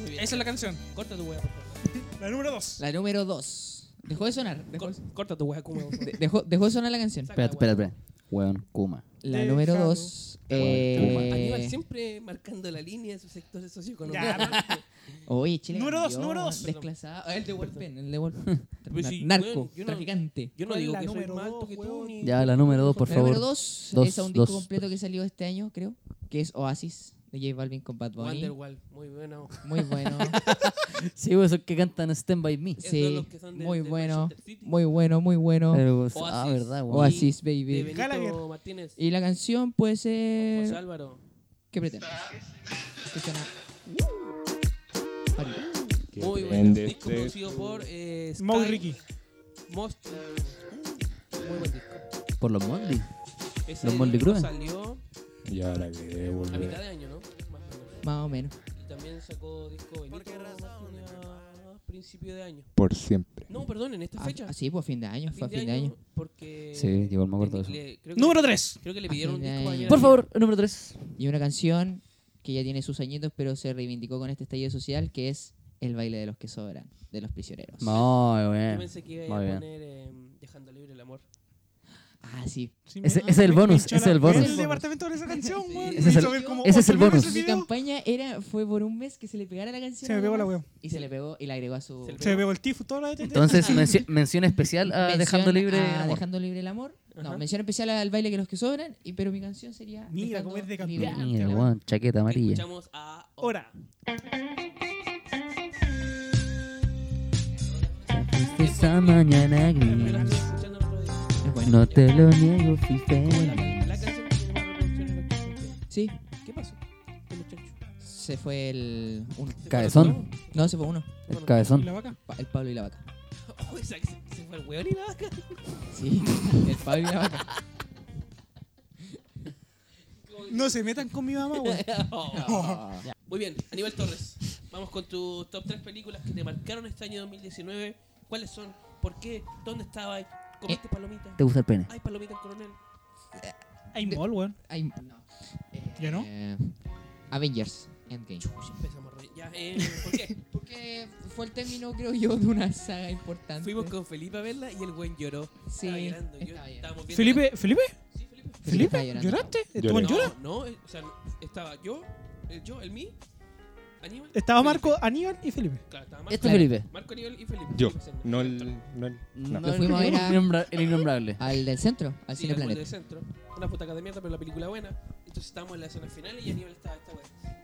Muy bien. Esa es la canción. Corta tu wea, por favor. La número 2. La número dos. Dejó de sonar. Dejó, Cor- corta tu wea, Kuma. por favor. de- dejó, dejó de sonar la canción. Saca la Espérate, espérate, wea. espérate. Weón, Kuma. La Déjalo. número dos. Aníbal Eh, siempre marcando la línea de sus sectores socioeconómicos. Ya, oye, Chile. Número dos, cambió, número weón. dos. Desclasada. Ah, el de Wolfen, el de Wolfen. Pues sí, Narco, weón, yo no- traficante. Yo no ¿Cuál es digo la que soy número más alto dos, que tú weón? ni... Ya, la número dos, por La favor. número 2 Dos, es a un disco dos. completo que salió este año, creo, que es Oasis de J Balvin con Bad Bunny. Wonderwall, muy bueno. Muy bueno, Sí, weón, esos que cantan Stand By Me. Esos Sí, los que son de- muy de bueno, Manchester City. muy bueno, muy bueno. Pero, Oasis. ah, verdad, weón. Oasis, De baby. Benito Gallagher. Martínez. Y eh, la canción puede José ser... Álvaro. ¿Qué pretendes? Que suena- Ahorita. Muy bueno. grande Disco este. producido por eh, Sky Moe Ricky. Most. Muy buen disco. Por los Motley. Ese Los Motley disco Crue. salió Y ahora que a volver. mitad de año, ¿no? Más o menos. Más o menos. Y también sacó disco Benito Martínez a principio de año. Por siempre. No, perdón, en esta Ah, fecha. ah, sí, pues fin de año, fue a fin de año. Porque. Sí, igual me acuerdo de eso. le- creo que- Número 3. Creo que le A pidieron un fin de disco año. ayer. Por favor, número 3. Y una canción que ya tiene sus añitos, pero se reivindicó con este estallido social, que es El baile de los que sobran, de los prisioneros. Muy Yo bien. pensé que iba a Eh, Muy bien. poner em, Dejando Libre el Amor. Ah, sí. Ese- ese es el bonus, ese es el bonus. El departamento de esa canción, Sí. weón. Ese es Hizo el- ver como ese es ocho el memes bonus. el Mi video. campaña era, fue por un mes que se le pegara la canción. Se me pegó la nomás, weón. Y se le pegó y la agregó a su... Se le Se me pegó el tifo, toda la Entonces, menci- mención especial a Mención Dejando Libre. a Amor. Ah, Dejando libre el amor. Ajá. No, mención especial al baile que los que sobran, y, pero mi canción sería... Mira Dejando cómo es de Libre el Amor. Mira, weón, chaqueta Que amarilla. Escuchamos a. Ahora. Esa mañana Yo la gris. estoy escuchando el otro día. Es bueno. No te lo niego, fui Como la, feliz. la canción que tiene más reproducciones en la canción. Sí, ¿Qué pasó? ¿Qué muchacho? se fue el... uno. ¿Se fue Cabezón. todo? No, se fue uno. El ¿Y cabezón. la vaca? Pa- El Pablo y la vaca. Oh, esa que se, se fue el weón y la vaca. Sí, el Pablo y la vaca. No se metan con mi mamá, weón. Ah. Muy bien, Aníbal Torres. Vamos con tus top 3 películas que te marcaron este año 2019. ¿Cuáles son? ¿Por qué? ¿Dónde estabas? ¿Comiste palomita? ¿Te gusta el pene? ¿Hay palomita en coronel? Hay mol, weón. Ay, no. ¿Yo no? Eh, Avengers Endgame. Uy, empezamos re- ya, eh, ¿Por qué? Porque fue el término, creo yo, de una saga importante. Fuimos con Felipe a verla y el buen lloró. Sí, Estaba llorando. Yo estaba llorando. estábamos viendo- Felipe, Felipe, Sí, Felipe. Felipe Felipe, está llorando. ¿lloraste? ¿Tú Lloré. weón, No, llora? No, eh, o sea, estaba yo, eh, yo, el mí, Aníbal. Estaba Felipe. Marco, Aníbal y Felipe. Claro, estaba Marco. Este es Felipe. Marco, Aníbal y Felipe. Yo. Felipe Serna. No el. No el. No. No, fuimos a el, ver a- innombra- el innombrable. Al del centro, al Sí, Cine al Mundo Planet. de centro. Una putaca de mierda, pero la película buena. Entonces estábamos en la escena final y Aníbal estaba esta weá.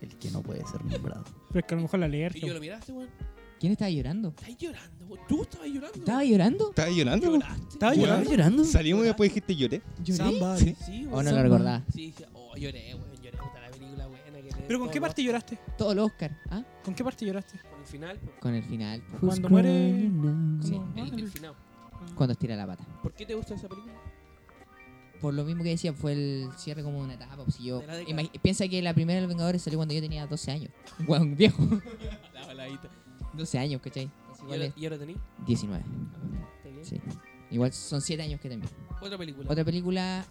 El que no puede ser nombrado. Pero es que a lo mejor la Y yo lo alergia. miraste, weón. ¿Quién estaba llorando? Estás llorando, weón. Tú estabas llorando. ¿Estaba llorando? ¿Estaba llorando? po? lloraste. Estaba Weón. ¿Estás llorando. llorando? Salimos y después dijiste lloré. Samba. Sí. Sí, ¿O weón. Oh, no lo recordaba? Sí, sí. Oh, lloré, weón. Lloré. Puta la película buena. Que ¿Pero con qué parte lloraste? Todo el Oscar. ¿Ah? ¿Con qué parte lloraste? Con el final. po. Con el final. Pues Cuando muere- Sí. El, el final. Cuando estira la pata. ¿Por qué te gusta esa película? Por lo mismo que decía, fue el cierre como de una etapa. pues, si yo, De la década. imagi- piensa que la primera de los Vengadores salió cuando yo tenía 12 años. Guau, viejo. La baladita. 12 años, ¿cachai? Así ¿Y igual ahora, es y ahora tení? 19. ¿Está bien? Sí. Igual son 7 años que también. Otra película. Otra película.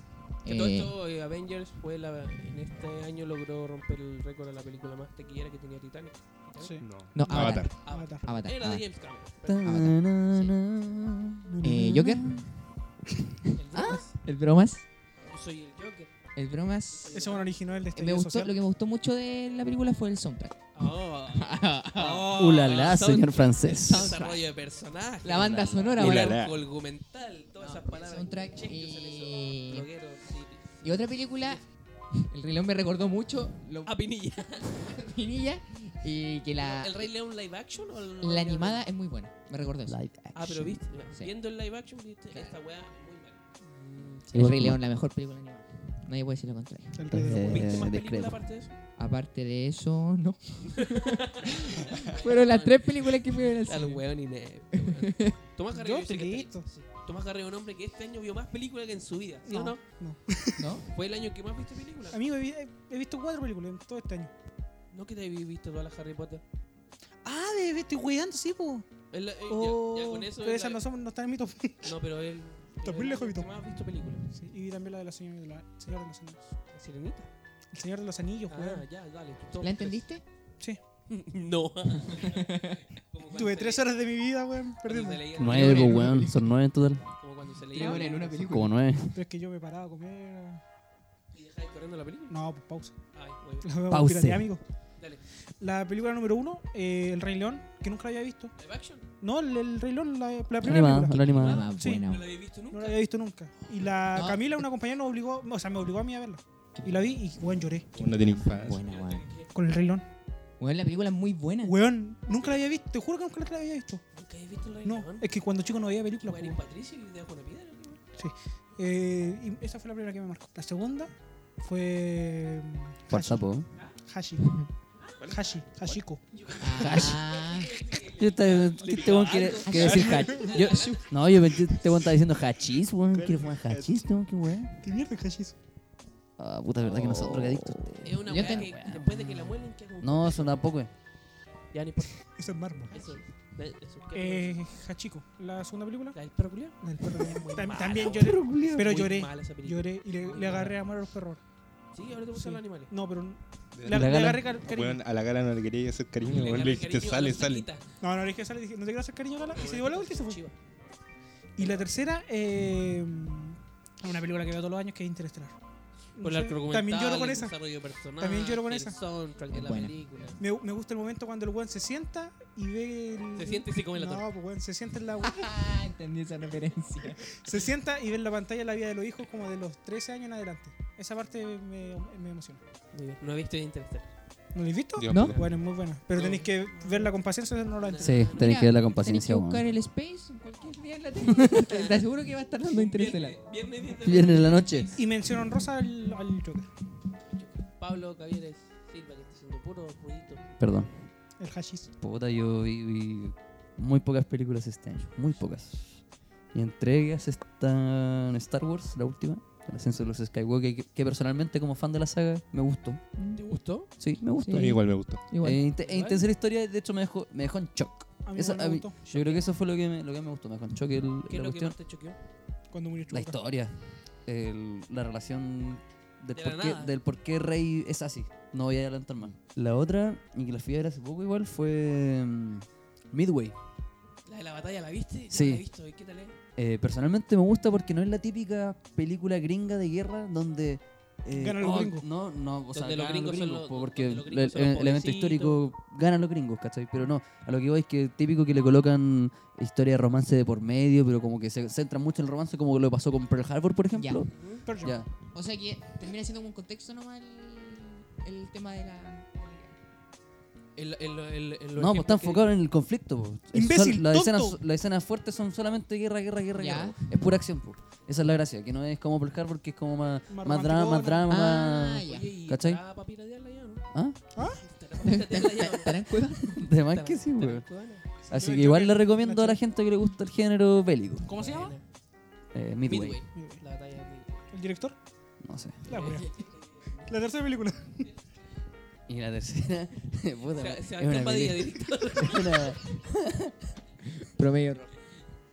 Que todo eh, esto, eh, Avengers fue la, en este año logró romper el récord de la película más tequillera que tenía Titanic. Titanic. Sí. No, Avatar. Avatar. Avatar. Avatar. Era de Avatar. James Cameron. Ah. Eh, ¿Joker? El Bromas. El bromas. Yo soy el Joker. El bromas. Ese es un Eh, original del Me estallido gustó, social. lo que me gustó mucho de la película fue el soundtrack. Oh. Oh. Ulala, Sound- señor francés. Desarrollo de personaje. La banda sonora, Ulala. weón. Ulala. Argumental. Todas No, esas palabras. soundtrack Che, que usan esos y- drogueros, sí. Y otra película, El Rey León me recordó mucho, lo Ah, Pinilla. Pinilla, y que la, ¿El Rey León live action o el- la animada es muy buena. Me recordó eso. Ah, pero viste. mira, Sí. Viendo el live action, viste. Claro. Mm, Esta weá es muy mala. El Rey León, la mejor película animada. Nadie puede decir lo contrario. El rey de- Eh, ¿Viste más discrepo. películas aparte de eso? Aparte de eso, no. Fueron las tres películas que fui a ver al Al cine. weón inepto, weón. Tomás Carrillo Yo yo sé que listo. está- sí. Tomás Carrillo es un hombre que este año vio más películas que en su vida, ¿sí o No, no? no. ¿No? Fue el año que más viste películas. Amigo, he, he visto cuatro películas en todo este año. No que te habías visto todas las Harry Potter. Ah, de, de- estoy weando, sí, po. Él la- eh, ya- Oh, ya, con eso. pero él esas la- no, son, no están en mi top. No, pero él. También él le es el jovito. que más ha visto películas. Sí, y también la de la señora de la, Señor de los Anillos. ¿La Sirenita. El Señor de los Anillos, Ah, weón. ya, dale. tu top ¿La tres. entendiste? no. Como cuando Tuve se tres le- horas de mi vida, weón, cuando se perdiendo. leía- Nueve, pues, weón. Son nueve en total. Como cuando se Tres leía. horas en una película. Como nueve. Pero es que yo me paraba a comer. Y dejáis corriendo la película. No, pues pausa. Ay, muy bien. La veo Pause. pirateada, amigo. Dale. La película número uno, eh, El Rey León, que nunca la había visto. ¿Live action? No, el, el Rey León, la, la primera Animada, película. la La animada. más Sí. No buena. la había visto No nunca. la había visto nunca. Y la No. Camila, una compañera, nos obligó, o sea, me obligó a mí a verla. Y la vi y, weón, lloré Una tiene infancia. Buena, weón. con el Rey León. Weón, la película es muy buena. Weón, nunca la había visto. Te juro que nunca la había visto. Nunca había visto el Rey No, León. es que cuando chico no veía películas. Jugar en weón. Patricio y debajo una piedra. ¿no? Eh, y esa fue la primera que me marcó. La segunda fue. mm, Por Hashi. sapo. Hashi. Hashi, Hashiko. Ah, ¿Qué te, qué te weón quiere, quiere decir hach- yo- No, yo pensé- este weón está diciendo hachís, weón. ¿Quiere fumar hachís? No, qué weón. ¿Qué mierda es Hashis? Ah, puta, verdad que no son drogadictos. Es una Yo weá tengo- que después de que la muelen, No, eso tampoco es. Ya ni por Eso es mármol. eso. de- eso, ¿qué Eh, Hachiko, la segunda película. ¿La del perro culiao? La del perro. Es muy Tam- mala, También weón. lloré. Pero Muy lloré. mala esa película. Lloré y le, le agarré amor a los perros. Sí, ahora te gustan Sí. los animales. No, pero. n- Le, La le gala. agarré car- cariño. Weón, a la gala no le quería hacer cariño, weón, agarré le dijiste cariño a la sale, sale. saquita. No, no le dije, sale, dije, no te quiero hacer cariño, gala. Y se dio la vuelta y se fue. Chiva. Y la tercera, eh, una película que veo todos los años que es Interestelar. No Por el sé, arco también argumental, lloro con el esa. desarrollo de personaje, También lloro con el esa. soundtrack de Es la buena. película. Me, me gusta el momento cuando el weón se sienta y ve el. Se siente y se come la No, torta. pues weón, se sienta en la we- Ah, entendí esa referencia. Se sienta y ve en la pantalla la vida de los hijos como de los 13 años en adelante. Esa parte me, me emociona. Muy bien. No he visto Interstellar. ¿No la has visto? Dios ¿No? mío. Bueno, es muy buena. Pero No. tenéis que verla con paciencia, no la entiendo. Sí, tenés Mira, que verla con Tenés paciencia, que buscar weón. el Space en cualquier día en la tele. Te te aseguro que va a estar dando Interestelar. Viernes, viernes, Viernes en la noche. Y menciono en rosa al, al Joker, Pablo Cavieres Silva, que está haciendo puro ruidito. Perdón. el Hashis. Puta, yo vi, vi muy pocas películas este año, muy pocas. Y entre ellas están Star Wars, la última, El ascenso de los Skywalker, que, que personalmente como fan de la saga me gustó. ¿Te gustó? Sí, me gustó. A mí igual me gustó. Igual. E, inte- e Igual. intensa la historia, de hecho me dejó, me dejó en shock. A mí Eso- igual a me mí- gustó. yo creo que eso fue lo que me, lo que me gustó, me dejó en shock el- ¿Qué la es lo que cuestión. más te choqueó? Cuando murió La Chewbacca. historia, el- la relación del, De la por qué, nada. del por qué Rey es así. No voy a adelantar más. La otra, y que la fui a ver hace poco igual, fue mm, Midway. ¿La de la batalla la viste? Yo Sí. La he visto. ¿Y qué tal es? Eh, personalmente me gusta porque no es la típica película gringa de guerra donde. eh, Ganan los gringos. No, no, o sea, Donde los ganan gringos son los- po, porque donde los el, gringos son el- los el evento pobrecitos. histórico ganan los gringos, ¿cachai? Pero no, a lo que voy es que típico que le colocan historia de romance de por medio, pero como que se centran mucho en el romance, como lo pasó con Pearl Harbor, por ejemplo. Pearl Jam. Ya. O sea que termina siendo como un contexto nomás el, el tema de la. El, el, el, el- los No, pues está ejemplos que- enfocado en el conflicto. po. Es Imbécil, las, tonto. escenas, las escenas fuertes son solamente guerra, guerra, guerra, Ya. guerra. Es pura acción. po. Esa es la gracia, que no es como Pearl Harbor, que es como más, Más más drama, más romanticona. drama. Ah, más- ya. Oye, ¿y ¿Cachai? estará pa' piratearla ya, no? ¿Ah? ¿Estará pa' piratearla ya, no? ¿Estará en cueva? De más que sí, ¿Estará- weón. estará en cubana? Así Yo- que yo igual creo le que- recomiendo a la Nacho, gente que le gusta el género bélico. ¿Cómo se llama? Eh, Midway. Midway. Muy bien. La batalla de Midway. ¿El director? No sé. La wea. La tercera película. Y la tercera. puta, la- Se- se es una acaba de ir a mili- directo. es una- Promedio rojo.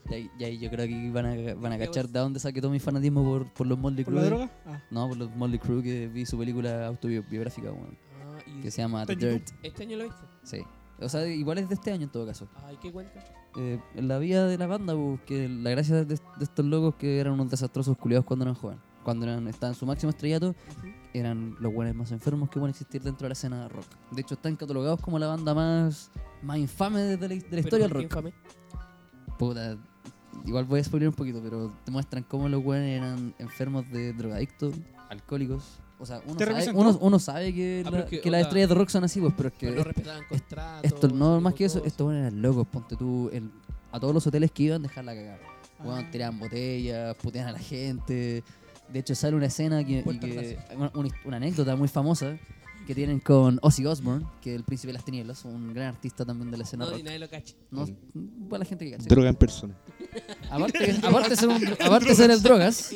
Y ahí- y ahí yo creo que van a, van a Ya, cachar pues. de dónde saqué todo mi fanatismo por, por los Motley ¿Por la Crue. droga? Ah. No, por los Motley Crue que vi su película autobiográfica, weón, Ah, y que se llama The ¿Está en Dirt. ¿Este año lo viste? Sí. O sea, igual es de este año en todo caso. Ay, qué cuenta. Eh, la vida de la banda, pues, que la gracia de, de estos locos que eran unos desastrosos culiados cuando eran jóvenes. Cuando eran, estaban en su máximo estrellato, eran los buenos más enfermos que pueden existir dentro de la escena rock. De hecho, están catalogados como la banda más, más infame de, de la, de la historia del rock. Puta, igual voy a spoiler un poquito, pero te muestran cómo los buenos eran enfermos de drogadictos, alcohólicos. O sea, uno sabe, Te representan. uno, uno sabe que, Ah, la- pero es que, que las onda, estrellas de rock son así, pues, pero es que no respetaban contratos. esto, no, ese más tipo que de eso, cosas. estos eran locos, ponte tú, el- a todos los hoteles que iban, dejarla cagar. Weón, Ah. tiraban botellas, putean a la gente. De hecho, sale una escena que, y Puerta que- una, una- una anécdota muy famosa que tienen con Ozzy Osbourne, que es el príncipe de las tinieblas, un gran artista también de la escena No, ni rock. nadie lo cacha. No, para la gente que cacha. Droga en persona. Aparte, aparte, ser un- aparte ser el drogas,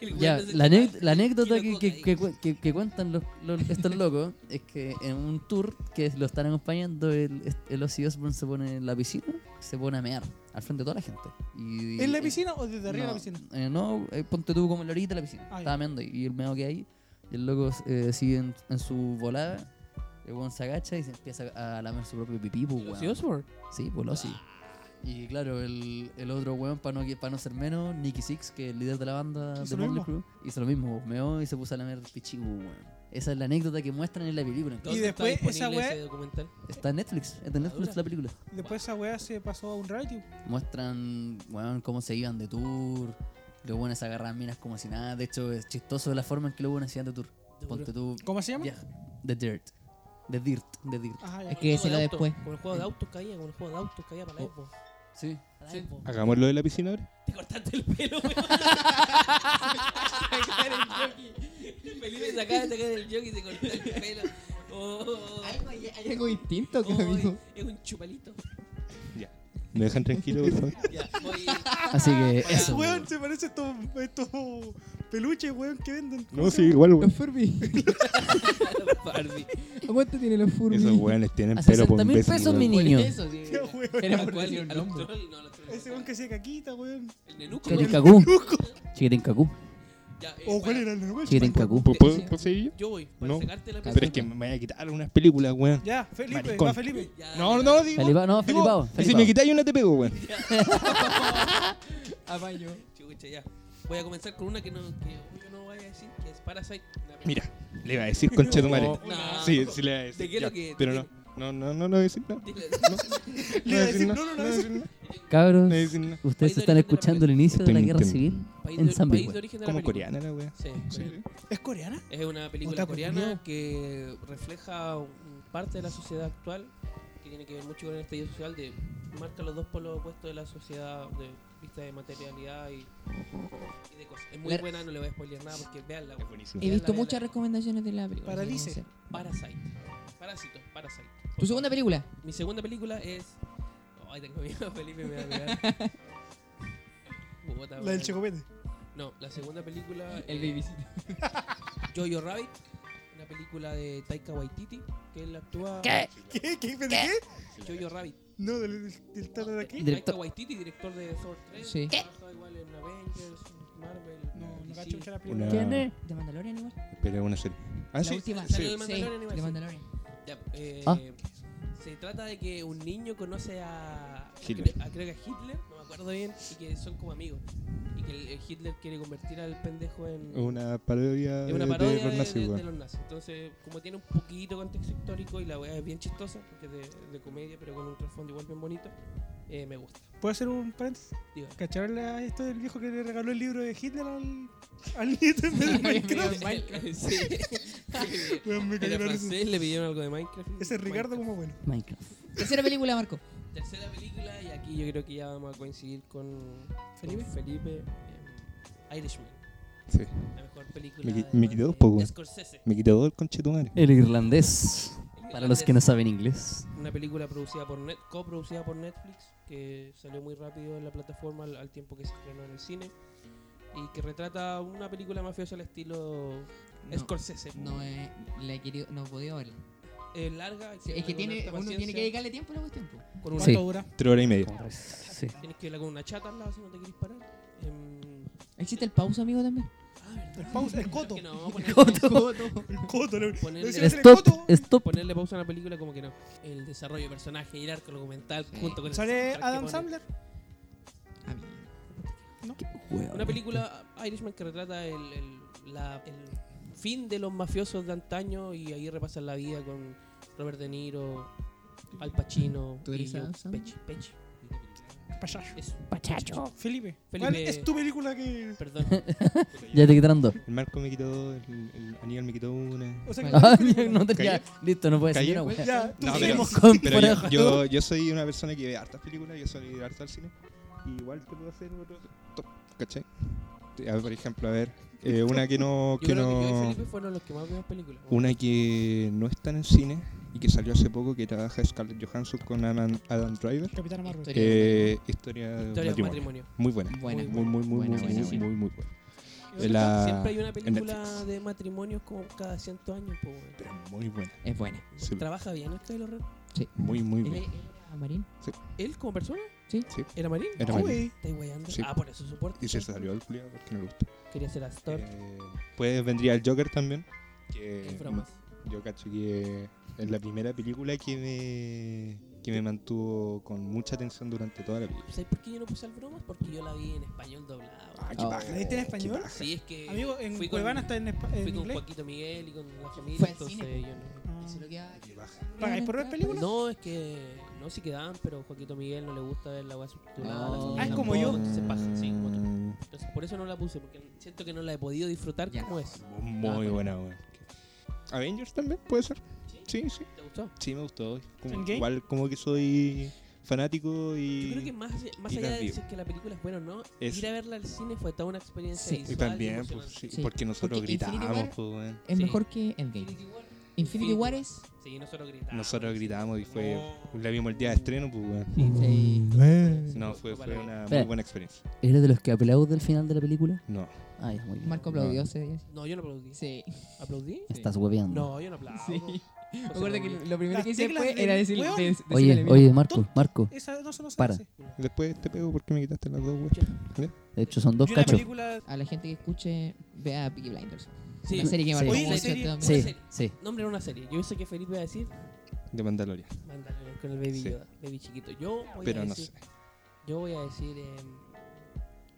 El weón ya, no se la, chupa. anec- la anécdota que, Kilo que- que cocaína. cu- que- que cuentan los, los- estos locos es que en un tour que lo están acompañando, el, el Ozzy Osbourne se pone en la piscina, se pone a mear al frente de toda la gente. Y, ¿En la y- piscina o desde arriba de no, la piscina? eh, no, eh, ponte tú como en la orilla de la piscina. Ah, ya. Estaba meando ahí, y el meado que hay. Y el loco eh, sigue en, en su volada. El weón se agacha y se empieza a lamer su propio pipí, pues, ¿El weón. Ozzy Osbourne? Sí, pues lo sí. Ah, Y claro, el, el otro weón, para no, para no ser menos, Nicky Six, que es el líder de la banda Hizo de Motley lo mismo. Crue, hizo lo mismo, meó y se puso a lamer el pichí, pues, weón. Esa es la anécdota que muestran en la película. ¿Dónde después está esa disponible weá- ese documental? Está en Netflix, está en Netflix la película. Después esa weá se pasó a un reality. Muestran, weón, cómo se iban de tour, los buenos agarran minas como si nada. De hecho, es chistoso la forma en que los buenos hacían de tour. Ponte tú, ¿Cómo se llama? viaja. The Dirt. The Dirt, The Dirt. Ah, ya. Es que se Como lo el juego de después. autos, Como el juego de autos caía, como el juego de autos caía para la Evo. Sí. Para la Evo. Hagamos lo de la piscina ahora. Te cortaste el pelo, weón. Felipe se acaba de sacar el jockey y se cortó el pelo. Oh, Algo hay, hay algo distinto, oh, amigo. es un chupalito. Ya. ¿Me dejan tranquilo, por favor? Ya, voy. Así que Para- eso. Weón, se parece a estos, estos peluches, weón, que venden. No, sí, igual, Los weón. Furby. Barbie. ¿Cuánto tiene los Furby? Esos weones tienen A pelo por 60.000 imbécil. pesos weón. mínimo. Por niño. eso, sí. Qué weón. Era ¿A por cuál? decir un ¿A los nombre. troll? No, los troll no. Ese weón que hacía caquita, weón. El nenuco. Chiquitín weón. cagú. Chiquitín cagú. Ya, eh, Oh, ¿O Oh, cuál para. era el negocio? Chiquitín cagú. ¿Pu- ¿Puedo, ¿puedo seguir yo? Yo voy, para No. sacarte la Pero es que me voy a quitar unas películas, weón. Ya, Felipe, Maricón. va Felipe. Ya, No, ya. no, digo. Felipa- no, digo, Felipao, y Si Felipao. me quitáis una te pego, weón. Apaño. Chucha, ya. Voy a comenzar con una que no, que obvio no vaya a decir, que es Parasite. Una película. Mira, le va a decir concha tu madre. No. Sí, sí le va a decir. Te quiero ya, que- pero te no. No, no, no, no voy a decir nada. Dile- No voy iba a a decir, nada, no, no, no, voy a eso- decir nada. Cabros, No decir nada. ustedes País de están origen de la escuchando el inicio de la Estoy guerra mintiendo. civil País en de- Zambia. país de origen de la Como película. coreana la weá. Sí, coreana. ¿Es coreana? Es una película Otaku coreana culiao. que refleja un- parte de la sociedad actual, que tiene que ver mucho con el estallido social, de marca los dos polos opuestos de la sociedad, de vista de materialidad y, y de cosas. Es muy La- buena, no le voy a spoiler nada porque veanla. Es buenísimo. He Ya visto la- muchas recomendaciones de la película. Paralice. no sé. Parasite. Parásito, Parasite. ¿Tu segunda película? Mi segunda película es. Ay, tengo miedo, Felipe, me va a pegar. Puta, La del weón. Checopete. No, la segunda película. El eh, Babysitter. Jojo Rabbit, una película de Taika Waititi, que él actúa. Ah, ¿Qué? ¿Qué? ¿Pero ¿Qué? Jojo Rabbit. No, del, del, del tal de aquí. Director- Taika Waititi, director de Thor 3. Sí. ¿Qué? Trabaja igual en Avengers, Marvel. No, no DC. cacho mucho la película. Una... ¿De Mandalorian igual? Pero es una serie. Ah, la sí. última. salió de sí, Mandalorian igual, de sí. Mandalorian. Ya, eh, Ah. Se trata de que un niño conoce a. a Hitler. cre- A, creo que a Hitler, no me acuerdo bien, y que son como amigos. Y que el- el Hitler quiere convertir al pendejo en. Una parodia, Es una Uh, de- parodia de los de, nazis, de- weón. de los nazis. Entonces, como tiene un poquito de contexto histórico y la weá es bien chistosa, porque es de, de comedia, pero con un trasfondo igual bien bonito, eh, me gusta. ¿Puedo hacer un paréntesis? Digo, ¿Cacharon la- esto del viejo que le regaló el libro de Hitler al, al nieto en vez de Minecraft? sí. Weón, me Era cagaron eso. francés, le pidieron algo de Minecraft. Ese es Ricardo Minecraft. como bueno. Minecraft. Tercera película, Marco. Tercera película, y aquí yo creo que ya vamos a coincidir con Felipe. con Felipe eh, Irishman, Sí. la mejor película. Me qui- de- me quitó dos, de po, weón. Scorsese. Me quitó todo el conche tu madre. El irlandés. Para los que no saben inglés. Una película producida por Net, coproducida por Netflix, que salió muy rápido en la plataforma al, al tiempo que se estrenó en el cine. Y que retrata una película mafiosa al estilo No, Scorsese. No, eh, la he querido, no he podido verla. Eh, larga. hay Sí, es que verla con tiene, harta uno tiene paciencia, que dedicarle tiempo a la cuestión. po. Con una, Sí. ¿Cuánto dura? Tres horas y media. Sí. Tienes que verla con una chata al lado si no te quieres parar. Ah, Em, ah, ¿Existe el pausa, amigo, también? El pausa, el coto. que no, ponerle, El coto, le, le Ponerle- decían, El "Hacer el stop, coto. stop. ponerle pausa a una película como que no. El desarrollo de personaje y el arco argumental junto con el ¿Sale soundtrack que Adam pone. Sandler? A mí. Una película Irishman que retrata el, el- la- el fin de los mafiosos de antaño y ahí repasan la vida con Robert De Niro, Al Pacino, ¿Tú eres y Adam Sandler? Pesci, Pesci. Payacho. Eso, Felipe. Felipe. ¿Cuál es tu película que.? perdón. Ya te quitaron dos. El Marco me quitó dos, el, el Aníbal me quitó una. O sea, Ah, ¿cuál es tu ya, no te- ya, Callé. listo, no puedes Callé, decir una pues. wea. Ya, tú No, sí, pero- mo- Con Pero yo, fuera- yo, yo soy una persona que ve hartas películas, yo soy harto al cine. y igual te puedo hacer otro top, ¿cachai? A ver, por ejemplo, a ver, eh, una que no... Yo Que creo que yo y no Felipe fueron los que más vimos películas. una que no está en el cine y que salió hace poco, que trabaja Scarlett Johansson con Adam, Adam Driver. Capitana Marvel. Historia. Eh, historia de Historia de matrimonio. matrimonio. Muy buena. Buena. Muy, muy, muy, Buena, muy, buena, muy, buena. muy, muy buena. Yo la- creo que Siempre hay una en película Netflix. de matrimonios como cada ciento años. po, weón. Pero muy buena. Es buena. Sí, ¿Trabaja bien el Eh, Kylo Ren? muy, muy ¿Él buena. era Marín? ¿Él como persona? Sí. Sí. ¿Era marín? Era Ah, buena. güey. ¿Estáis weyando? Sí. Ah, por eso soporte. Y se salió el culiao porque no le gustó. Quería ser actor. Eh, pues vendría el Joker también. que Es bromas. Yo cacho que es la primera película que me, que me mantuvo con mucha tensión durante toda la película. ¿Sabes por qué yo no puse al bromas? Porque yo la vi en español doblado. Ah, Oh. paja, ¿La viste qué en español? paja. Sí, es que. Amigo, en fui Cuevana con, está en, espa- en Fui con inglés. Joaquito Miguel y con la familia, Fue al entonces cine, yo no. Ah. Eso es lo que va- Qué paja. ¿Pagáis por ver películas? No, es que no se quedaban, pero Joaquito Miguel no le gusta ver la weá subtitulada. la Ah, familia es como tampoco, yo. Entonces paja, sí, como tú. Mm, Entonces por eso no la puse, porque siento que no la he podido disfrutar Ya. como es. Muy buena, weón. Avengers también puede ser. Sí, sí. ¿Te gustó? Sí, me gustó. Como- ¿Endgame? igual como que soy fanático y... Yo creo que más, más y allá de las vi. decir que la película es buena o no, Es- ir a verla al cine fue toda una experiencia Sí. Y visual. también, emocionante. pues, sí, Sí. porque nosotros Porque Infinity gritábamos, War- pues, weón. Es Sí. mejor que Endgame. Infinity War es. Ah, Sí, Oh. nosotros gritamos. Nosotros gritamos y fue. No. La vimos el día de estreno, pues, weón. Sí. Mm. No, fue, fue una muy Espera. buena experiencia. ¿Eres de los que aplaude al final de la película? No. Ah, ya, muy bien. Marco aplaudió ese día. No, yo no aplaudí. Sí. ¿Aplaudí? Estás hueveando. No, yo no aplaudo. Sí. Me acuerdo que lo primero Las que hice teclas fue del era decir. weón. de- decirle Oye, mira. oye, Marco, Tonto. Marco. Esa no se nos Para. hace. Después te pego porque me quitaste las dos, weón. De hecho, son dos Y una cachos. película. A la gente que escuche, vea Peaky Blinders. Sí. Una serie que Sí. marcó Oye, mucho la este serie- 2000. Sí, sí. Nombre de una serie. Yo sé que Felipe iba a decir De Mandalorian. Mandalorian con el baby Sí. Yoda, baby chiquito. Yo voy a Pero no decir, sé. yo voy a decir em,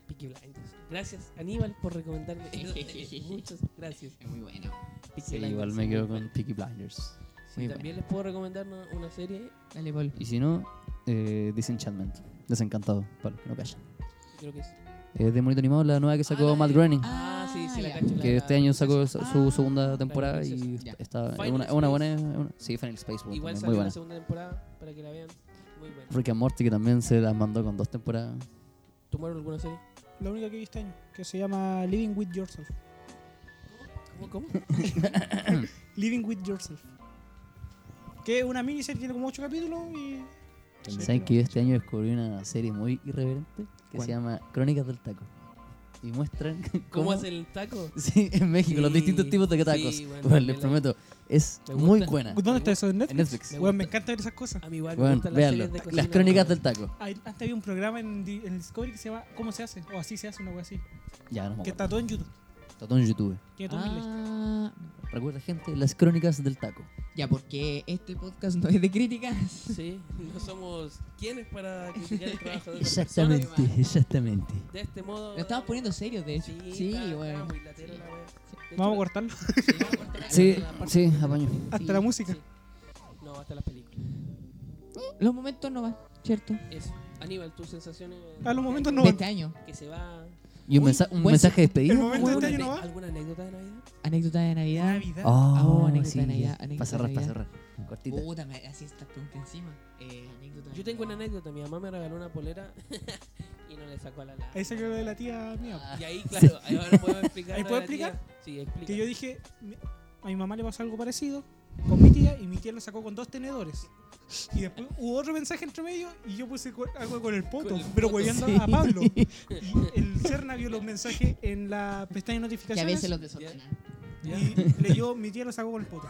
Peaky Blinders. Gracias Aníbal por recomendarme. esa serie. Muchas gracias. Es muy bueno. Peaky Sí, Blinders. igual me quedo con Peaky Blinders. Sí, muy también les puedo recomendar una, una serie. Dale, Paul. Y si no, eh, Disenchantment. Desencantado, para los que no callan. Creo que es. Es de Monito Animado, la nueva que sacó Ah, Matt Groening. Ah, sí, sí, la ya. cacho. la- que este año sacó su, su Ah, segunda temporada Final y Space. Ya. está es Final una, es una Space. buena. es una- sí, Final Space, bueno, Igual también, salió muy la buena. segunda temporada para que la vean. Muy buena. Rick and Morty que también se las mandó con dos temporadas. ¿Tomaron alguna serie? La única que vi este año. Que se llama Living with Yourself. ¿Cómo? ¿Cómo? Living with Yourself. Que es una miniserie, tiene como 8 capítulos y. Sí, ¿Saben pero- que yo este año descubrí una serie muy irreverente que ¿Cuál? se llama Crónicas del Taco? Y muestran cómo, ¿Cómo hacen el taco? Sí, en México, los Sí, distintos tipos de tacos. sí, bueno, Bueno, les me la- prometo, es Ah, me muy gusta. buena. ¿Dónde está eso? ¿En En Netflix? Netflix. Me Weón, me gusta. encanta ver esas cosas. A mí igual me Bueno, gustan las véanlo. series de cocina. Las Crónicas del Taco. Ah, Antes había un programa en, Di- en el Discovery que se llama ¿Cómo se hace? O así se hace, una wea así. Ya, no me acuerdo. Que está todo en YouTube. Está todo en YouTube. Tiene todo en Ah, Recuerda, gente, las Crónicas del Taco. ya, porque este podcast no es de críticas. Sí, no somos quienes para criticar el trabajo de otras Exactamente, personas. exactamente. De este modo. Lo estamos poniendo serio, de hecho. Sí, Sí, está- está bueno. muy latero la wea. De Vamos a hecho, cortarlo. sí, vamos a cortar la- Sí, la parte sí, de apaño. Hasta la música. sí. No, hasta las películas. Los momentos no van, ¿cierto? Eso. Aníbal, tus sensaciones. A los momentos no De van. este año. Que se va. ¿Y un, Uy, mensa- un buen- mensaje de despedida? El momento de ¿Alguna este año ane- no va. ¿Alguna anécdota de Navidad? Anécdota de Navidad. Oh, Oh, anécdota sí. de Navidad, Para anécdota cerrar, de para Navidad. cerrar. Cortita. Puta, me así esta pregunta encima. Eh, anécdota de Yo tengo una Navidad. anécdota. Mi mamá me regaló una polera y no le sacó a la lata. Ahí salió lo de la tía mía. Y ahí, claro, ahí ahora puedo explicar. ¿Ahí lo puedo de la tía. Sí, explica. Que yo dije, mi- a mi mamá le pasó algo parecido con mi tía y mi tía lo sacó con dos tenedores. Y después hubo otro mensaje entre medio y yo puse co- algo con el poto, Con el pero poto, hueveando sí. a Pablo. Y el Cerna vio los mensajes en la pestaña de Que a notificaciones veces los desordenan. y leyó, mi tía lo sacó con el poto.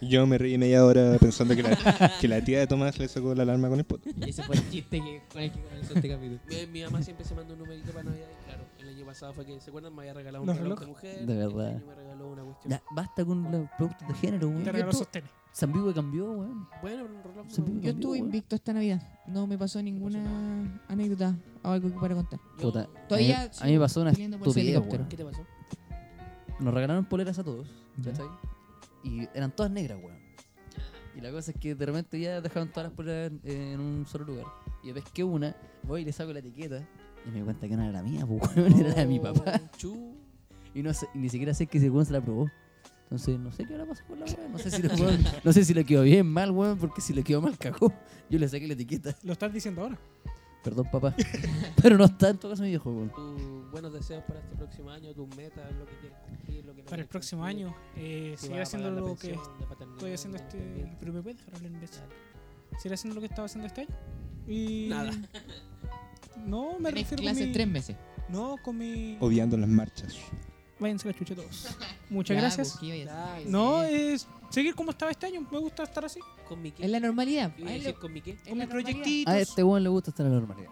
Yo me reí media hora pensando que la, que la tía de Tomás le sacó la alarma con el poto. Y ese fue el chiste que, con el que comenzó este capítulo. Mi, mi mamá siempre se manda un numerito para Navidad y claro, el año pasado fue que, ¿se acuerdan? Me había regalado un Los reloj de relojes. mujer. De este verdad. año me regaló una cuestión. Ya, basta con los productos de género, Te weón. regaló Esto- sostenes. Zambigüe cambió, weón. Bueno, un reloj. Se no- pudo. Yo estuve invicto esta Navidad. No me pasó ninguna anécdota o algo que para contar. yo- Puta. Todavía a mí, a sigo mí me pasó una peleando por ese estupidez, helicóptero. weón. ¿Qué te pasó? Nos regalaron poleras a todos, ¿cachai? Y eran todas negras, weón. Y la cosa es que de repente ya dejaron todas las poleras en, en un solo lugar. Y yo pesqué una, voy y le saco la etiqueta. Y me di cuenta que no era la mía, pues, weón, era la Oh. de mi papá. Chu. Y no sé- y ni siquiera sé que ese weón se la probó. Entonces, no sé qué habrá pasado por la weá. No sé si lo, weón- no sé si le quedó bien, mal, weón, porque si le quedó mal, cagó. Yo le saqué la etiqueta. Lo estás diciendo ahora. Perdón, papá. Pero no está en todo caso mi viejo, weón. Tus buenos deseos para este próximo año, tus metas, lo que quieres cumplir, lo que no Para el quieres próximo cumplir, año, eh, si vas seguir a haciendo pagar la lo que pensión de paternidad, estoy haciendo este. independiente. Pero me puedes dejar hablar en vez. Seguir haciendo lo que estaba haciendo este año. Y. Nada. No, me Tenés refiero clase con mi- tres meses. No, con mi. Odiando las marchas. Váyanse a la chucha todos. Muchas Ya, gracias. pues, ¿qué iba a hacer? No, Sí. es seguir como estaba este año. Me gusta estar así. ¿Con mi qué? es la normalidad. Yo iba a Ahí decir lo- con mi qué. Con mis la normalidad. proyectitos. A este weón le gusta estar en la normalidad.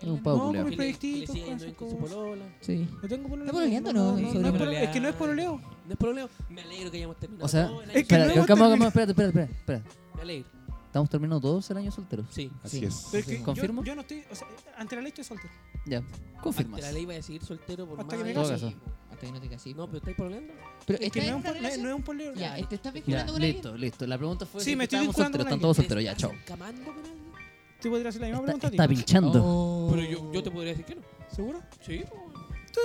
Es un pavo No, culiao. Que con le- que proyectitos, le siga con yendo esas bien con su cosas. polola. Sí. No tengo pololeo. ¿Está pololeando, No, no? no, no, Sobre es polo- pololea. es que no es pololeo. No es problema. Me alegro que hayamos terminado. O sea, todo el año. es que Espera, no eh, hemos calma, calma, terminado. espérate, espérate, espérate, espérate. Me alegro. Estamos terminando todos el año solteros. Sí. Así Sí. es. Pero es que yo- ¿Confirmo? Yo, no estoy. O sea, ante la ley estoy soltero. Ya, confirmas. Ante la ley va a seguir soltero por Hasta más que me años. case. Sí, po. Hasta que no te cases. No, po. pero estáis pololeando. Pero Es que ¿estás no en es un una pol- no es- relación? no es un pololeo. Ya, ¿te estás Ya, vinculando con alguien? listo, listo. La pregunta fue Sí, si me estoy estábamos vinculando solteros. con Están todos alguien. solteros, ya, chao. ¿Camando con alguien? Te podría hacer la misma pregunta Está, a ti. está pinchando. Oh. Pero yo, yo te podría decir que no. ¿Seguro? Sí, po,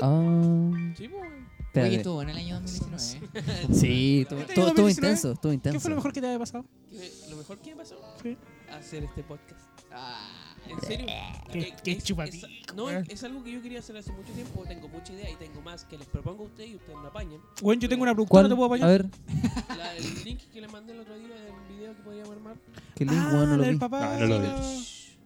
Ah, sí, po. Oye, espérate. estuvo en el año 2019. ¿eh? Sí, estuvo- Este estuvo estuvo 2019, intenso, estuvo intenso. ¿Qué fue lo mejor que te había pasado? Que Lo mejor que me pasó Sí. hacer este podcast. Ah, En serio. Qué- Eh, qué es- chupatico, es- No, weón. es algo que yo quería hacer hace mucho tiempo. Tengo mucha idea y tengo más que les propongo a ustedes y ustedes me apañen. Bueno, yo tengo una productora, ¿Cuál? ¿te puedo A apoyar? ver, La, el link que les mandé el otro día del video que podíamos armar. qué link, Ah, weón, no la lo del vi. papá. Ah, no lo vi.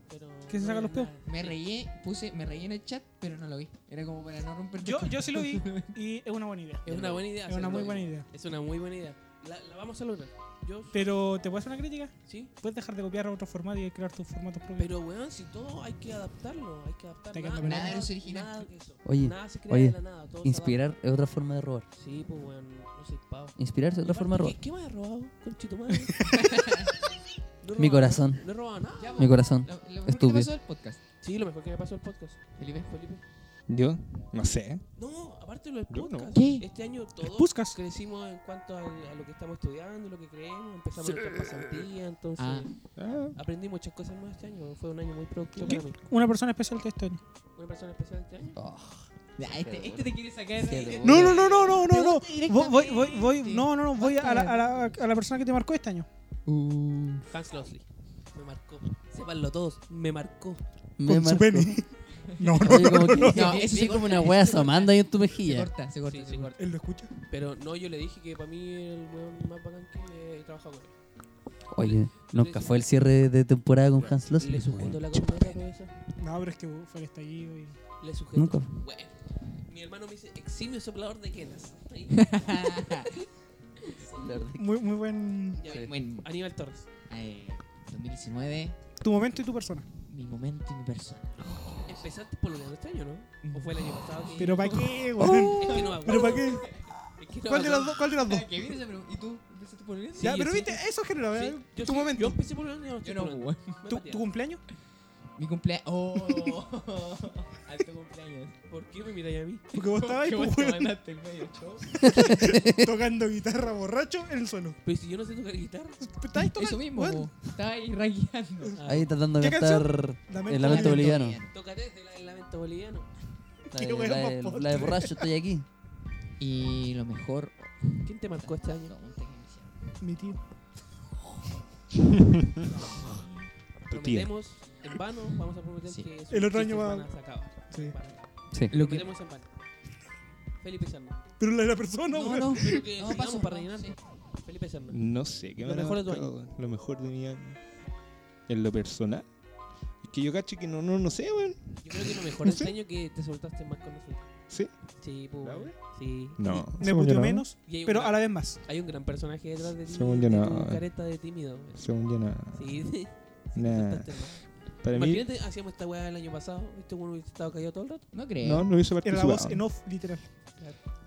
Pero ¿Que se saca los peos? nada. Me reí, puse, me reí en el chat, pero no lo vi. Era como para no romper. Yo, yo sí lo vi y es una buena idea. Es una buena idea. Es una muy hacerlo. buena idea. Es una muy buena idea. La, la vamos a lograr. Yo, Pero, ¿te puedo hacer una crítica? sí. Puedes dejar de copiar a otro formato y crear tus formatos propios. Pero, weón, si todo hay que adaptarlo. Hay que adaptarlo. Está quedando bien. Nada es original. Nada que eso. Oye, nada se crea oye, de la nada. todo se Inspirar es otra forma de robar. adapta. Sí, pues, weón. No soy pavo. Inspirarse es otra forma de robar. ¿Qué, qué me has robado, conchito madre? No he Mi robado corazón. nada, No he robado nada. Ya, Mi pues, corazón. lo, lo mejor Estúpido. que pasó del podcast. Sí, lo mejor que me pasó el podcast. Felipe. Felipe. ¿Yo? No sé. No, aparte lo del Yo no. podcast. ¿Qué? Este año El todos Puskas. crecimos en cuanto al- a, lo que estamos estudiando, lo que creemos. Empezamos nuestra pasantía, entonces Ah. Ah, aprendí muchas cosas nuevas este año. Fue un año muy productivo Yo- para mí. Una persona especial que estoy. Una persona especial este año. Oh, Ya, este, este te quiere sacar. Qué No, no, no, no, no, Te no, no. gusta directamente. Voy, voy, voy, voy- no, no, no, voy a la, a, la, a la persona que te marcó este año. Uh. Hans Losley. Me marcó. Sepanlo todos. Me marcó. Me marcó. No, Oye, como que- no, no. eso sí como una wea asomando ahí en tu Se mejilla. corta, se corta, Sí, se sí. corta. ¿Él lo escucha? Pero no, yo le dije que para mí el weón más bacán que he trabajado con él. Oye, nunca fue el cierre de temporada con Hans Loss. Le sujeto la corneta, cabeza. No, pero es que fue el estallido y. Le sujeto. Nunca. Bueno, mi hermano me dice eximio soplador de quenas. Ahí. Muy, muy buen. Ya, Bueno, Aníbal Torres. eh, 2019, Tu momento y tu persona. mi momento y mi persona. Empezaste por lo de este año, ¿no? ¿O fue el año pasado? que- Pero ¿para qué, weón? Es que no me ¿Pero acuerdo. para qué? Es que no ¿Cuál me de las acuerdo. dos? ¿Cuál de las dos? ¿Qué Ah, viene esa pregunta? ¿Y tú? ¿Empezaste por bien? Sí, Ya, pero yo viste, sí. eso genera, Sí, ¿verdad? yo Tu sí, Yo momento. empecé por el año Yo no, weón. ¿Tu, tu cumpleaños? Mi cumpleaños. ¡Oh! Alto cumpleaños. Ah, ¿Por qué me miráis a mí? Porque vos estabas ahí, Qué bueno pues, que weón, mandaste el medio show. tocando guitarra borracho en el suelo. Pero si yo no sé tocar guitarra. Ah, Estabas ahí tocando. Eso mismo, weón. po. Estaba ahí ragueando. Ahí tratando de ¿Qué cantar Lamento el lamento boliviano. boliviano. Tocaré desde la- el lamento boliviano. La Qué de- wea la más de- pobre. la de borracho estoy aquí. Y lo mejor. ¿Quién te marcó este año? Pregunta que me hicieron. Mi tío. tu tía. Prometemos en vano, vamos a prometer Sí. que esos El otro año chistes va- van a sacar. Sí. Van a- Sí. Lo que. Prometemos en vano. Felipe Serna. Pero la de la persona, No, weón. no. Creo que No, sigamos paso, para no, rellenar. sí. Felipe Serna. No sé, ¿qué Lo me habrá mejor de tu marcado, weón? Lo mejor de mi año. En lo personal. Es que yo cacho que no, no, no sé, weón. Yo creo que lo mejor No del sé. año que te soltaste más con nosotros. ¿Sí? Sí, pues. ¿La bueno, wea? Sí. No. Me puteó menos, Y hay un pero gran- a la vez más. Hay un gran personaje detrás de ti. Según de yo tu no. Eh, careta de tímido. güey. Según yo, no. Sí, sí. Nah. soltaste más. Para mí, Imagínate, hacíamos esta weá el año pasado. Este uno hubiese estado callado todo el rato. No creo. no, no hubiese Era la voz participado. en off, literal.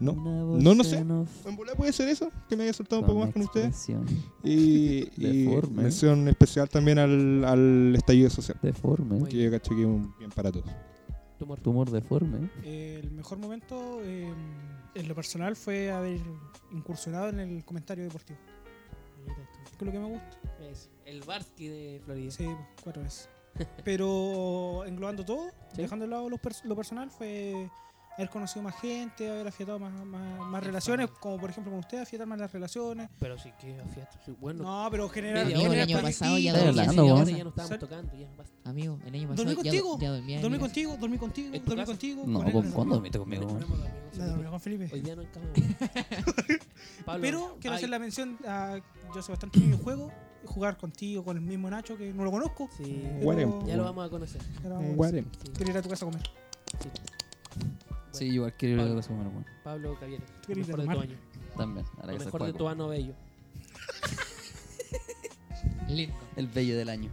No. Una voz No, no sé. en off En volar puede ser eso, que me haya soltado un con poco más con ustedes. expresión. Y, De y forma, ¿eh? mención especial también al, al estallido social. Deforme. Muy Que yo cacho que es un bien para todos. Eh, Tumor. Tumor deforme. Eh, el mejor momento eh, en lo personal fue haber incursionado en el comentario deportivo. Que es lo que me gusta. Es el Barsky de Florida. Sí, pues, cuatro veces. Pero englobando todo, Sí. dejando de lado lo, pers- lo personal, fue haber conocido más gente, haber afiatado más, más, más relaciones, como por ejemplo con usted, afiatar más las relaciones. Pero sí que afiato. Sí, bueno. No, pero generar. Media hora Amigo, el generar año perspectiva. pasado ya Estoy dormí. en hablando, mi weón. Ahora ya casa. no estábamos Sal- tocando, ya basta. Amigo, el año pasado Dormí ya, contigo. ya dormía en Dormí mi casa. contigo, dormí contigo, ¿En tu dormí casa? contigo. No, con ¿con él, cuándo dormiste conmigo? Dormimos, weón? dormimos, La dormí dormimos. con Felipe. Hoy día no encamamos. Pablo, Pero quiero ay, hacer la mención a yo sé bastante bien el juego, jugar contigo, con el mismo Nacho, que no lo conozco. Sí. pero- Guarem. Ya lo vamos a conocer. ya lo Un vamos a ver. guarem. Sí. Quiero ir a tu casa a comer. Sí, igual quiero ir a la casa humana, weón. Pablo Cavieres. Tú eres Mejor de tu normal. año. También, a la Lo casa mejor de Juaco. tu ano bello. Lindo. El bello del año.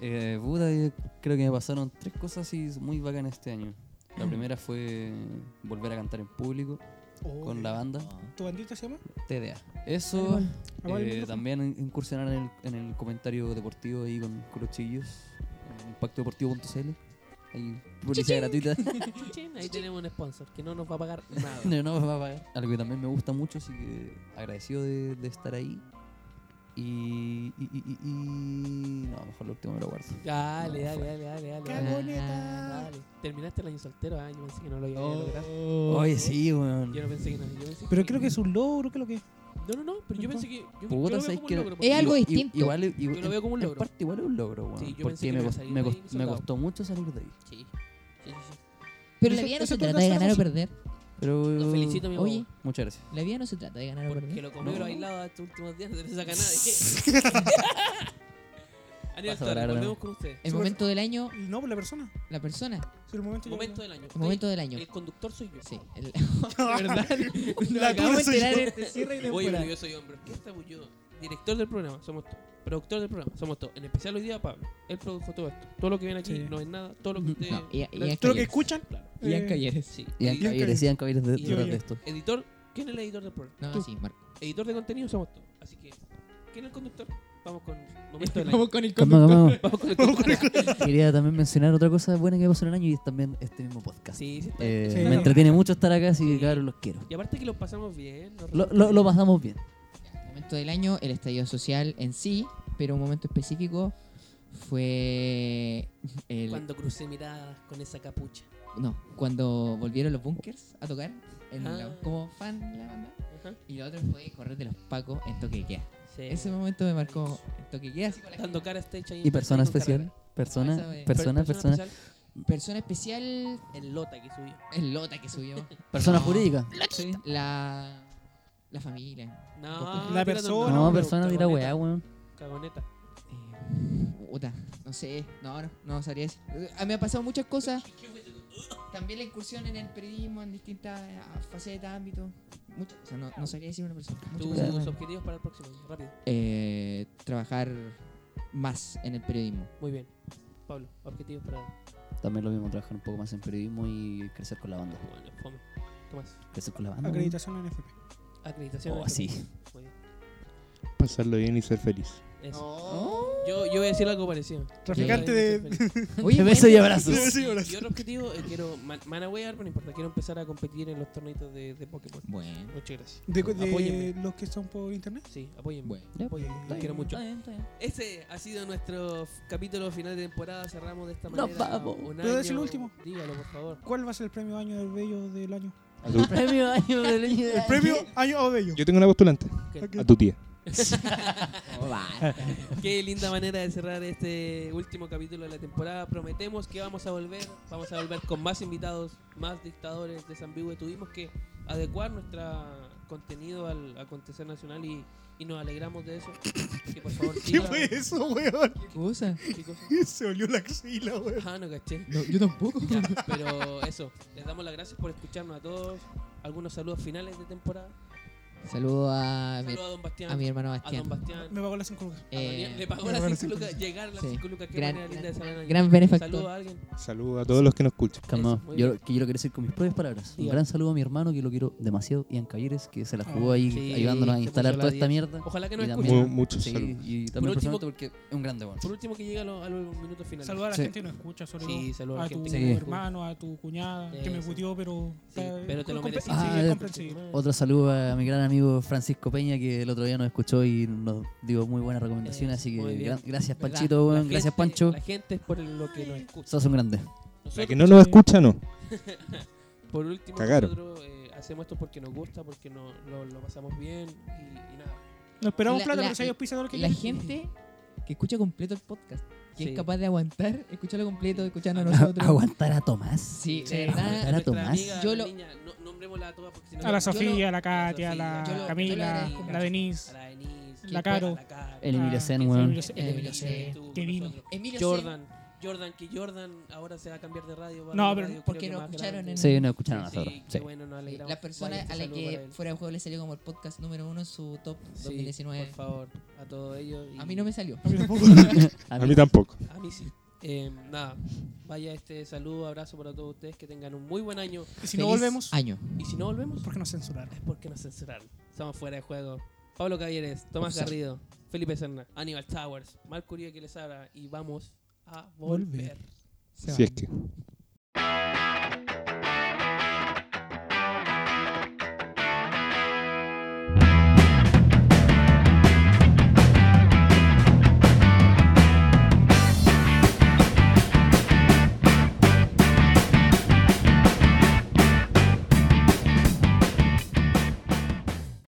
Eh, puta, yo creo que me pasaron tres cosas así muy bacanas este año. La primera fue volver a cantar en público Oh, con la banda ¿Tu bandita se llama? TDA. Eso, Apaga el eh, micrófono. también in- incursionar en el, en el comentario deportivo ahí con, con los chiquillos, en impactodeportivo.cl. Ahí, publicidad gratuita. Chin, Ahí tenemos un sponsor que no nos va a pagar nada. No, no me va a pagar. Algo que también me gusta mucho, así que agradecido de, de estar ahí. Y, y, y, y- y- No, mejor lo último me lo guardo. Dale, No, dale, fue. dale, dale, dale. Qué dale, boneta. dale. Terminaste el año soltero, ah, yo pensé que no lo iba a lograr. Oh, Oye, sí, weón. Yo no pensé que no. Yo pensé Pero creo que es un logro, creo que. No, no, no, pero yo pensé que. Yo, yo Puta, lo veo ¿sabes como que un no- logro. Es algo i- distinto. Igual, igual- Yo lo veo como un en logro. parte igual es un logro, weón. Sí, yo pensé porque que iba me, a cost- salir me, de ahí cost- me sobrado. costó mucho salir de ahí. Sí, sí, sí, sí. Pero la Eso- vida no eso se tú trata no de sabes ganar o eso. perder. Pero. Lo felicito, amigo. Oye, Muchas gracias. La vida no se trata de ganar o Porque perder. lo comió y No. lo bailaba estos últimos días, no se le saca nadie. Ariel Pasa Torres, hablar, ¿no? volvemos con usted. El momento del año, No, por la persona. la persona. Sí, el momento. yo- Momento del año. El momento del año. El conductor soy yo. Sí. el- ¿Verdad? Nos acabamos de soy enterar yo. en este cierre de Oye, pero temporada. yo soy hombre. ¿Qué está yo? Director del programa, somos todos. Productor del programa, somos todos. En especial hoy día, Pablo. Él produjo todo esto. Todo lo que ven aquí Sí. no es nada. Todo lo que ustedes. No, y- y Claro. es Todo lo que Calles. escuchan. Claro. Ian eh, Calleres. Sí. Ian Y- Caballeres, Ian Caballeres de, Yo- detrás yo- de esto. Editor, ¿quién es el editor del programa? No, Tú. sí, Marco. Editor de contenido somos todos. Así que, ¿quién es el conductor? Vamos con momento del año. Vamos con el Calma, conductor. calma, Vamos con el conductor. calma. Quería también mencionar otra cosa buena que pasó en el año y es también este mismo podcast. Sí, sí, está bien. Eh, Sí. me entretiene mucho estar acá, así Sí. que claro, los quiero. Y aparte que lo pasamos bien. nos Lo, reímos. lo, lo pasamos bien. El momento del año, el estallido social en sí, pero un momento específico fue el Cuando crucé miradas con esa capucha. no, cuando volvieron los bunkers a tocar en Ah. la- como fan de la banda Ajá. y lo otro fue correr de los pacos en toque de queda. Sí. Ese momento me marcó en toque de queda así con la Eh. Dando cara esta hecha ahí Y en persona Perú con especial. Persona, Esa es- persona, persona, carrera. persona, especial, persona especial El Lota que subió. el lota que subió, No. jurídica. Sí, la la familia, No, La tírate persona, un- No, No, persona dirá cagoneta, weá, weón. Cagoneta. eh, puta, no sé, no, no, no sabría decir. A mí me han pasado muchas cosas. También la incursión en el periodismo en distintas eh, facetas, ámbitos. Muchas cosas, no, no sabría decir una persona. muchas Tus cosas. objetivos para el próximo año. Rápido. Eh, trabajar más en el periodismo. Muy bien. Pablo, objetivos para. También lo mismo, trabajar un poco más en periodismo y crecer con la banda. Bueno, fome. Tomás, Crecer con la banda. weón. Acreditación en FP. acreditación. Oh, sí. Muy bien. Pasarlo bien y ser feliz. Eso. Oh. Yo, yo voy a decir algo parecido. Traficante Yo voy a de. decir algo Oye, Besos y abrazos. Sí, sí, parecido. ahora Y otro objetivo, eh, quiero. Man, man away, pero no importa. Quiero empezar a competir en los torneitos de, de Pokémon. Bueno, Muchas gracias. De, de Apóyenme. los que son por internet. Sí, apóyenme. bueno. pues, Apóyenme. Los quiero mucho. Ese ha sido nuestro f- capítulo final de temporada. Cerramos de esta Nos manera. vamos. un Pero año. es el último. Dígalo, por favor. ¿Cuál va a ser el premio año del bello del año? A tu- Premio año del año. El premio año o bello. Yo tengo una postulante. Ok. A tu tía. Qué linda manera de cerrar este último capítulo de la temporada. Prometemos que vamos a volver. Vamos a volver con más invitados, más dictadores de San Tuvimos que adecuar nuestro contenido al acontecer nacional y, y nos alegramos de eso. Así que por favor, ¿Qué sigan. fue eso, weón? ¿Qué cosa? ¿Qué cosa? Se olió la axila, weón. Ah, no caché. No, yo tampoco. Ya, pero eso, les damos las gracias por escucharnos a todos. Algunos saludos finales de temporada. Saludo a mi, Saludos a Don Bastián. a mi hermano a Don Bastián. Bastián. Me pagó las 5 lucas. a Daniel. Eh, le pagó me las pagó las 5 lucas. lucas. Llegar a las Sí. pues. 5 lucas. Qué Gran- manera linda de cerrar el año. gran benefactor. Saludos a alguien. Saludos a todos los que nos escuchan. Calma, Eso, muy yo, bien. que yo lo quiero decir con mis propias palabras. Un Diga. gran saludo a mi hermano que lo quiero demasiado, Ian Calleres, que se la jugó Ah, ahí sí, ayudándonos a se instalar puso toda la esta 10. mierda. Ojalá que Y nos también- escuchen. Mu- muchos Sí, saludos. y también último- personalmente porque es un grande bueno. Por último, que llegue a los, a los minutos finales. Saludar a la Sí. gente que nos escucha, sobre Sí, todo saluda a la a, gente tu que nos escucha. hermano, a tu cuñada, que me Eso. puteó, pero. Sí, pero te lo eh, compre- mereces. Ah, sí, eh, es comprensible. Otro saludo a mi gran amigo Francisco Peña que el otro día nos escuchó y nos dio muy buenas recomendaciones, Eso, así muy que bien. gran- gracias ¿Verdad? Panchito, La weón, gente- gracias Pancho. La gente es por lo que nos escucha. Sos un grande. La que Nosotros, no nos escucha, no. por último, Cagaron. nosotros eh, hacemos esto porque nos gusta, porque no, lo, lo pasamos bien y, y nada. No esperamos La- plata, la- pero si hay auspiciador que La quiere. gente que escucha completo el podcast, que Sí. es capaz de aguantar, escucharlo completo, escucharnos Ah, a nosotros. Aguantar a Tomás. Sí, Sí, de verdad. Aguantar a Nuestra Tomás. amiga, Yo la lo- niña, no, nombrémosla a todas porque si no- A la yo lo- Sofía, a la Katia, a Sofía, la yo lo- yo lo Camila, agradezco. yo lo- la Denise, A la Denise, La Caro. a la Caro. El Emilio Ah, Sen, el weón. Emilio Sen, El el Emilio Sen, Emilio estuvo Sen, con te vino. nosotros. Emilio Jordan, Jordan, que Jordan ahora se va a cambiar de radio. va a No, una pero radio porque creo que no más escucharon grande. en- Sí, nos escucharon a Sí, nosotras. sí, sí. qué bueno, nos Sí, alegramos. eh, La persona Vaya, este a la saludo para que él. fuera de juego le salió como el podcast número uno en su top Sí, 2019. Por favor, a todos ellos. y- A mí no me salió. A mí tampoco. A mí sí. Eh, nada, vaya este saludo, abrazo para todos ustedes, que tengan un muy buen año. Y si no Feliz volvemos, Año. Y si no volvemos, ¿por qué nos censuraron? es porque nos censuraron. Estamos fuera de juego. Pablo Cavieres, Tomás Offside. Garrido, Felipe Serna, Aníbal Towers, Marco Uribe que les habla y vamos a Volver. volver. Si es que.